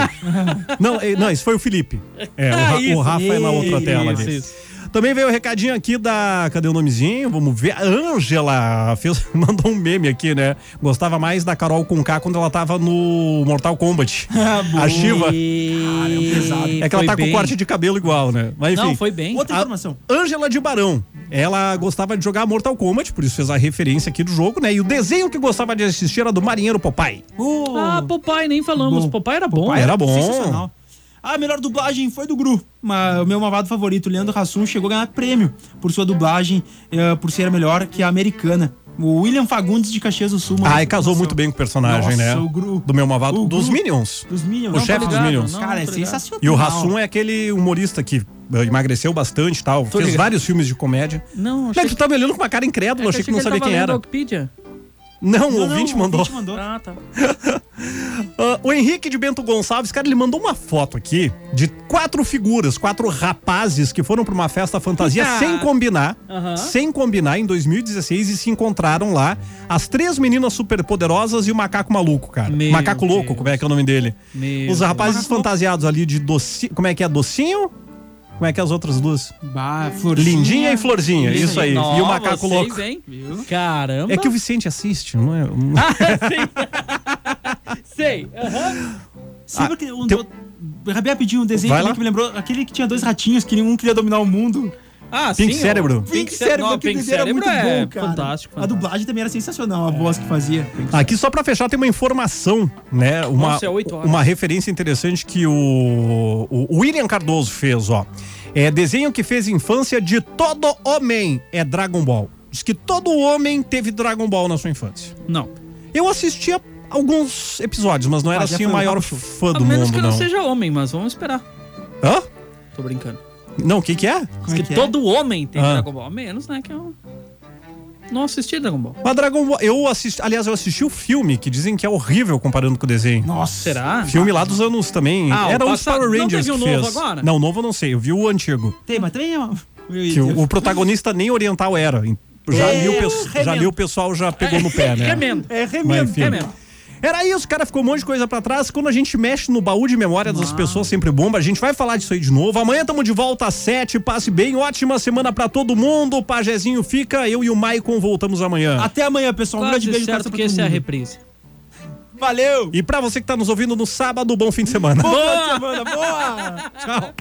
Speaker 4: não, eh, não, isso foi o Felipe. É, o, Ra- o
Speaker 5: Ah, Isso,
Speaker 4: Rafa é na outra
Speaker 5: isso,
Speaker 4: tela ali.
Speaker 5: isso.
Speaker 4: Também veio o recadinho aqui da. Cadê o nomezinho? Vamos ver. A Ângela fez, mandou um meme aqui, né? Gostava mais da Carol Conká quando ela tava no Mortal Kombat.
Speaker 5: Ah,
Speaker 4: a Shiva.
Speaker 5: Cara, é um pesado.
Speaker 4: É que ela tá com com corte de cabelo igual, né? Mas enfim.
Speaker 5: Não, foi bem.
Speaker 6: Outra
Speaker 4: A-
Speaker 6: informação.
Speaker 4: Ângela de Barão. Ela gostava de jogar Mortal Kombat, por isso fez a referência aqui do jogo, né? E o desenho que gostava de assistir era do Marinheiro Popeye.
Speaker 6: Ô,
Speaker 5: Ah, Popeye, nem falamos.
Speaker 6: Bom.
Speaker 5: Popeye era bom.
Speaker 4: Popeye era Tá bom.
Speaker 6: Sensacional. A melhor dublagem foi do Gru. Mas o meu mamado favorito, Leandro Hassum, chegou a ganhar prêmio por sua dublagem, eh, por ser melhor que a americana. O William Fagundes de Caxias do Sul. mandou
Speaker 4: Ah, e casou
Speaker 6: informação.
Speaker 4: muito bem com o personagem,
Speaker 6: Nossa,
Speaker 4: né?
Speaker 6: o Gru.
Speaker 4: Do meu malvado.
Speaker 6: O
Speaker 4: Dos
Speaker 6: Gru.
Speaker 4: Minions.
Speaker 6: Dos Minions.
Speaker 4: O
Speaker 6: Não,
Speaker 4: chefe
Speaker 6: tá
Speaker 4: dos
Speaker 6: ligado.
Speaker 4: Minions.
Speaker 6: Cara, é
Speaker 5: Não, tá ligado.
Speaker 6: sensacional.
Speaker 4: E o Rassum é aquele humorista que eh, emagreceu bastante e tal. fez
Speaker 5: ligado.
Speaker 4: vários filmes de comédia. Né,
Speaker 5: Não,
Speaker 4: Não,
Speaker 5: achei É
Speaker 4: tu tá me olhando com uma cara incrédula, achei que, não
Speaker 5: ele
Speaker 4: sabia
Speaker 5: tava
Speaker 4: quem
Speaker 5: lendo a
Speaker 4: era.
Speaker 5: Wikipedia.
Speaker 4: Não, o ouvinte mandou.
Speaker 6: ouvinte mandou.
Speaker 14: Ah, tá.
Speaker 4: Ah, o Henrique de Bento Gonçalves, cara, ele mandou uma foto aqui de quatro figuras, quatro rapazes que foram pra uma festa fantasia
Speaker 5: Ah.
Speaker 4: sem combinar,
Speaker 5: Aham.
Speaker 4: sem combinar em 2016 e se encontraram lá as três meninas superpoderosas e o macaco maluco, cara. macaco louco, como é que é o nome dele? Os rapazes fantasiados ali de docinho, como é que é docinho? Como é que é as outras duas? Lindinha e Florzinha, é isso aí. e o macaco louco.
Speaker 5: Caramba.
Speaker 4: É que o Vicente assiste, não é?
Speaker 5: Sei. aham.
Speaker 6: Sabe
Speaker 4: Ah,
Speaker 6: que um
Speaker 4: tem-
Speaker 6: do... Rabia pediu um desenho
Speaker 4: Vai
Speaker 6: também
Speaker 4: lá.
Speaker 6: que me lembrou aquele que tinha dois ratinhos que um queria dominar o mundo.
Speaker 5: Ah, Pink sim, o- Cérebro.
Speaker 6: Pink,
Speaker 5: Pink
Speaker 6: Cérebro,
Speaker 5: Cé-
Speaker 6: aquele
Speaker 5: não, Pink
Speaker 6: desenho era
Speaker 5: Cérebro
Speaker 6: muito
Speaker 5: é
Speaker 6: bom, cara.
Speaker 5: fantástico, né?
Speaker 6: A dublagem também era sensacional, a voz que fazia.
Speaker 4: Aqui só pra fechar tem uma informação, né? Uma,
Speaker 6: Nossa, é oito horas.
Speaker 4: uma referência interessante que o, o William Cardoso fez, ó. É desenho que fez infância de todo homem é Dragon Ball. Diz que todo homem teve Dragon Ball na sua infância.
Speaker 5: Não.
Speaker 4: Eu assistia alguns episódios, mas não era
Speaker 5: Ah, já
Speaker 4: assim
Speaker 5: foi
Speaker 4: o
Speaker 5: um
Speaker 4: maior
Speaker 5: rabo show.
Speaker 4: fã
Speaker 5: A
Speaker 4: do
Speaker 5: menos
Speaker 4: mundo,
Speaker 5: que eu
Speaker 4: não.
Speaker 5: não seja homem, mas vamos esperar.
Speaker 4: Hã?
Speaker 5: Tô brincando.
Speaker 4: Não, o que que é?
Speaker 5: Diz que todo homem tem
Speaker 4: Ah.
Speaker 5: Dragon Ball. A menos, né? Que eu não assisti Dragon Ball.
Speaker 4: Mas Dragon Ball, eu assisti, aliás, eu assisti o filme que dizem que é horrível comparando com o desenho. Nossa,
Speaker 5: será?
Speaker 4: Filme lá dos anos também.
Speaker 5: Ah, o
Speaker 4: era os
Speaker 5: passado.
Speaker 4: Power
Speaker 5: Não
Speaker 4: Rangers
Speaker 5: teve o
Speaker 4: que
Speaker 5: novo
Speaker 4: fez.
Speaker 5: agora?
Speaker 4: Não, novo eu não sei, eu vi o antigo.
Speaker 6: Tem, mas também é uma...
Speaker 4: Que o, o protagonista nem oriental era. Já, ali o, pes- já ali o pessoal já pegou no pé, né?
Speaker 5: Remendo.
Speaker 6: É
Speaker 4: Mas,
Speaker 6: remendo.
Speaker 4: enfim. Era isso, cara. Ficou um monte de coisa pra trás. Quando a gente mexe no baú de memória das pessoas, sempre bomba. A gente vai falar disso aí de novo. Amanhã tamo de volta às sete. Passe bem. Ótima semana pra todo mundo. O Pajezinho fica. Eu e o Maicon voltamos amanhã.
Speaker 6: Até amanhã, pessoal. Um
Speaker 5: Quase
Speaker 6: grande beijo
Speaker 5: certo
Speaker 6: pra todo
Speaker 5: que esse é a
Speaker 6: mundo.
Speaker 5: reprise.
Speaker 6: Valeu!
Speaker 4: E pra você que tá nos ouvindo no sábado, bom fim de semana.
Speaker 6: Boa final de semana, boa!
Speaker 4: Tchau.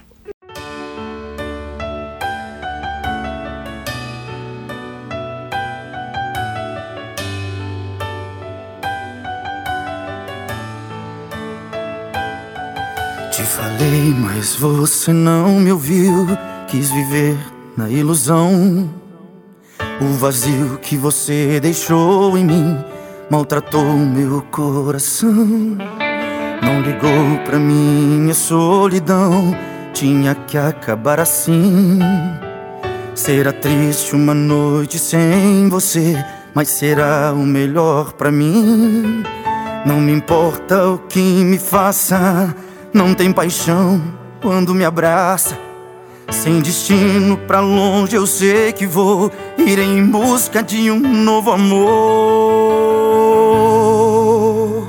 Speaker 15: Te falei, mas você não me ouviu. Quis viver na ilusão. O vazio que você deixou em mim maltratou meu coração. Não ligou pra minha solidão. Tinha que acabar assim. Será triste uma noite sem você, mas será o melhor pra mim. Não me importa o que me faça, não tem paixão quando me abraça. Sem destino pra longe eu sei que vou ir em busca de um novo amor.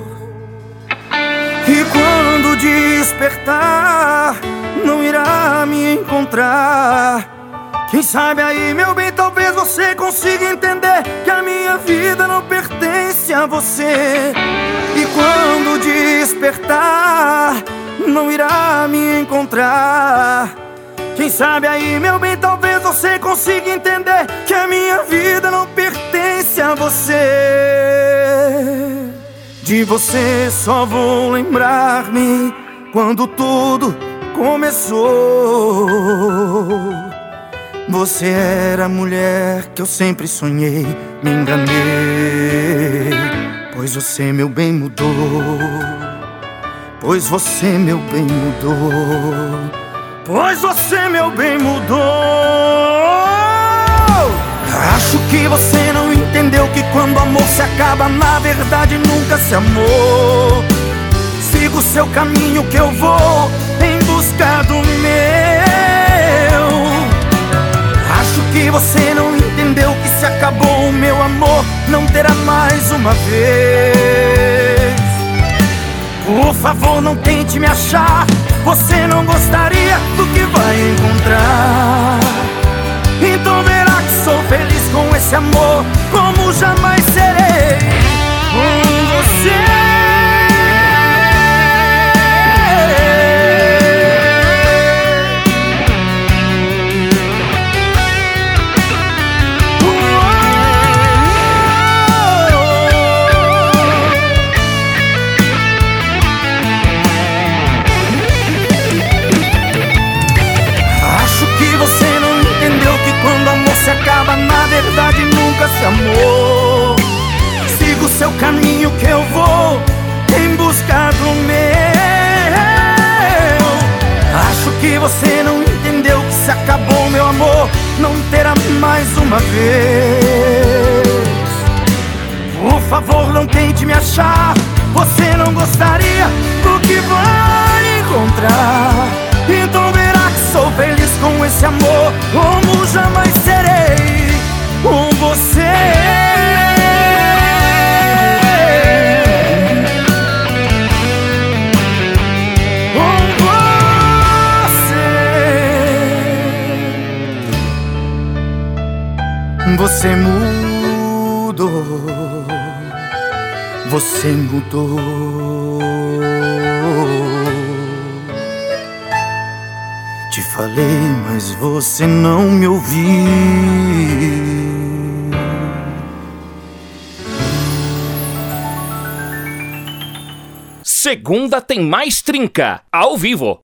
Speaker 15: E quando despertar, não irá me encontrar. Quem sabe aí, meu bem, talvez você consiga entender que a minha vida não pertence a você. E quando despertar, não irá me encontrar. Quem sabe aí, meu bem, talvez você consiga entender que a minha vida não pertence a você. De você só vou lembrar-me quando tudo começou. Você era a mulher que eu sempre sonhei, me enganei. Pois você, meu bem, mudou. Pois você, meu bem, mudou. Pois você, meu bem, mudou. Acho que você não entendeu que quando o amor se acaba, na verdade nunca se amou. Siga o seu caminho que eu vou em busca do meu. Acho que você não entendeu que se acabou o meu amor, não terá mais uma vez. Por favor, não tente me achar, você não gostaria do que vai encontrar. Então verá que sou feliz com esse amor, como jamais serei com você. Acho que você não entendeu que quando o amor se acaba, na verdade nunca se amou. Siga o seu caminho que eu vou em busca do meu. Acho que você não entendeu que se acabou meu amor, não terá mais uma vez. Por favor, não tente me achar. Você não gostaria do que vai encontrar. Então verá que sou feliz com esse amor, como jamais serei com você. Com você.
Speaker 14: Você mudou, você mudou.
Speaker 15: Te falei, mas você não me ouviu.
Speaker 1: Segunda tem mais trinca, ao vivo.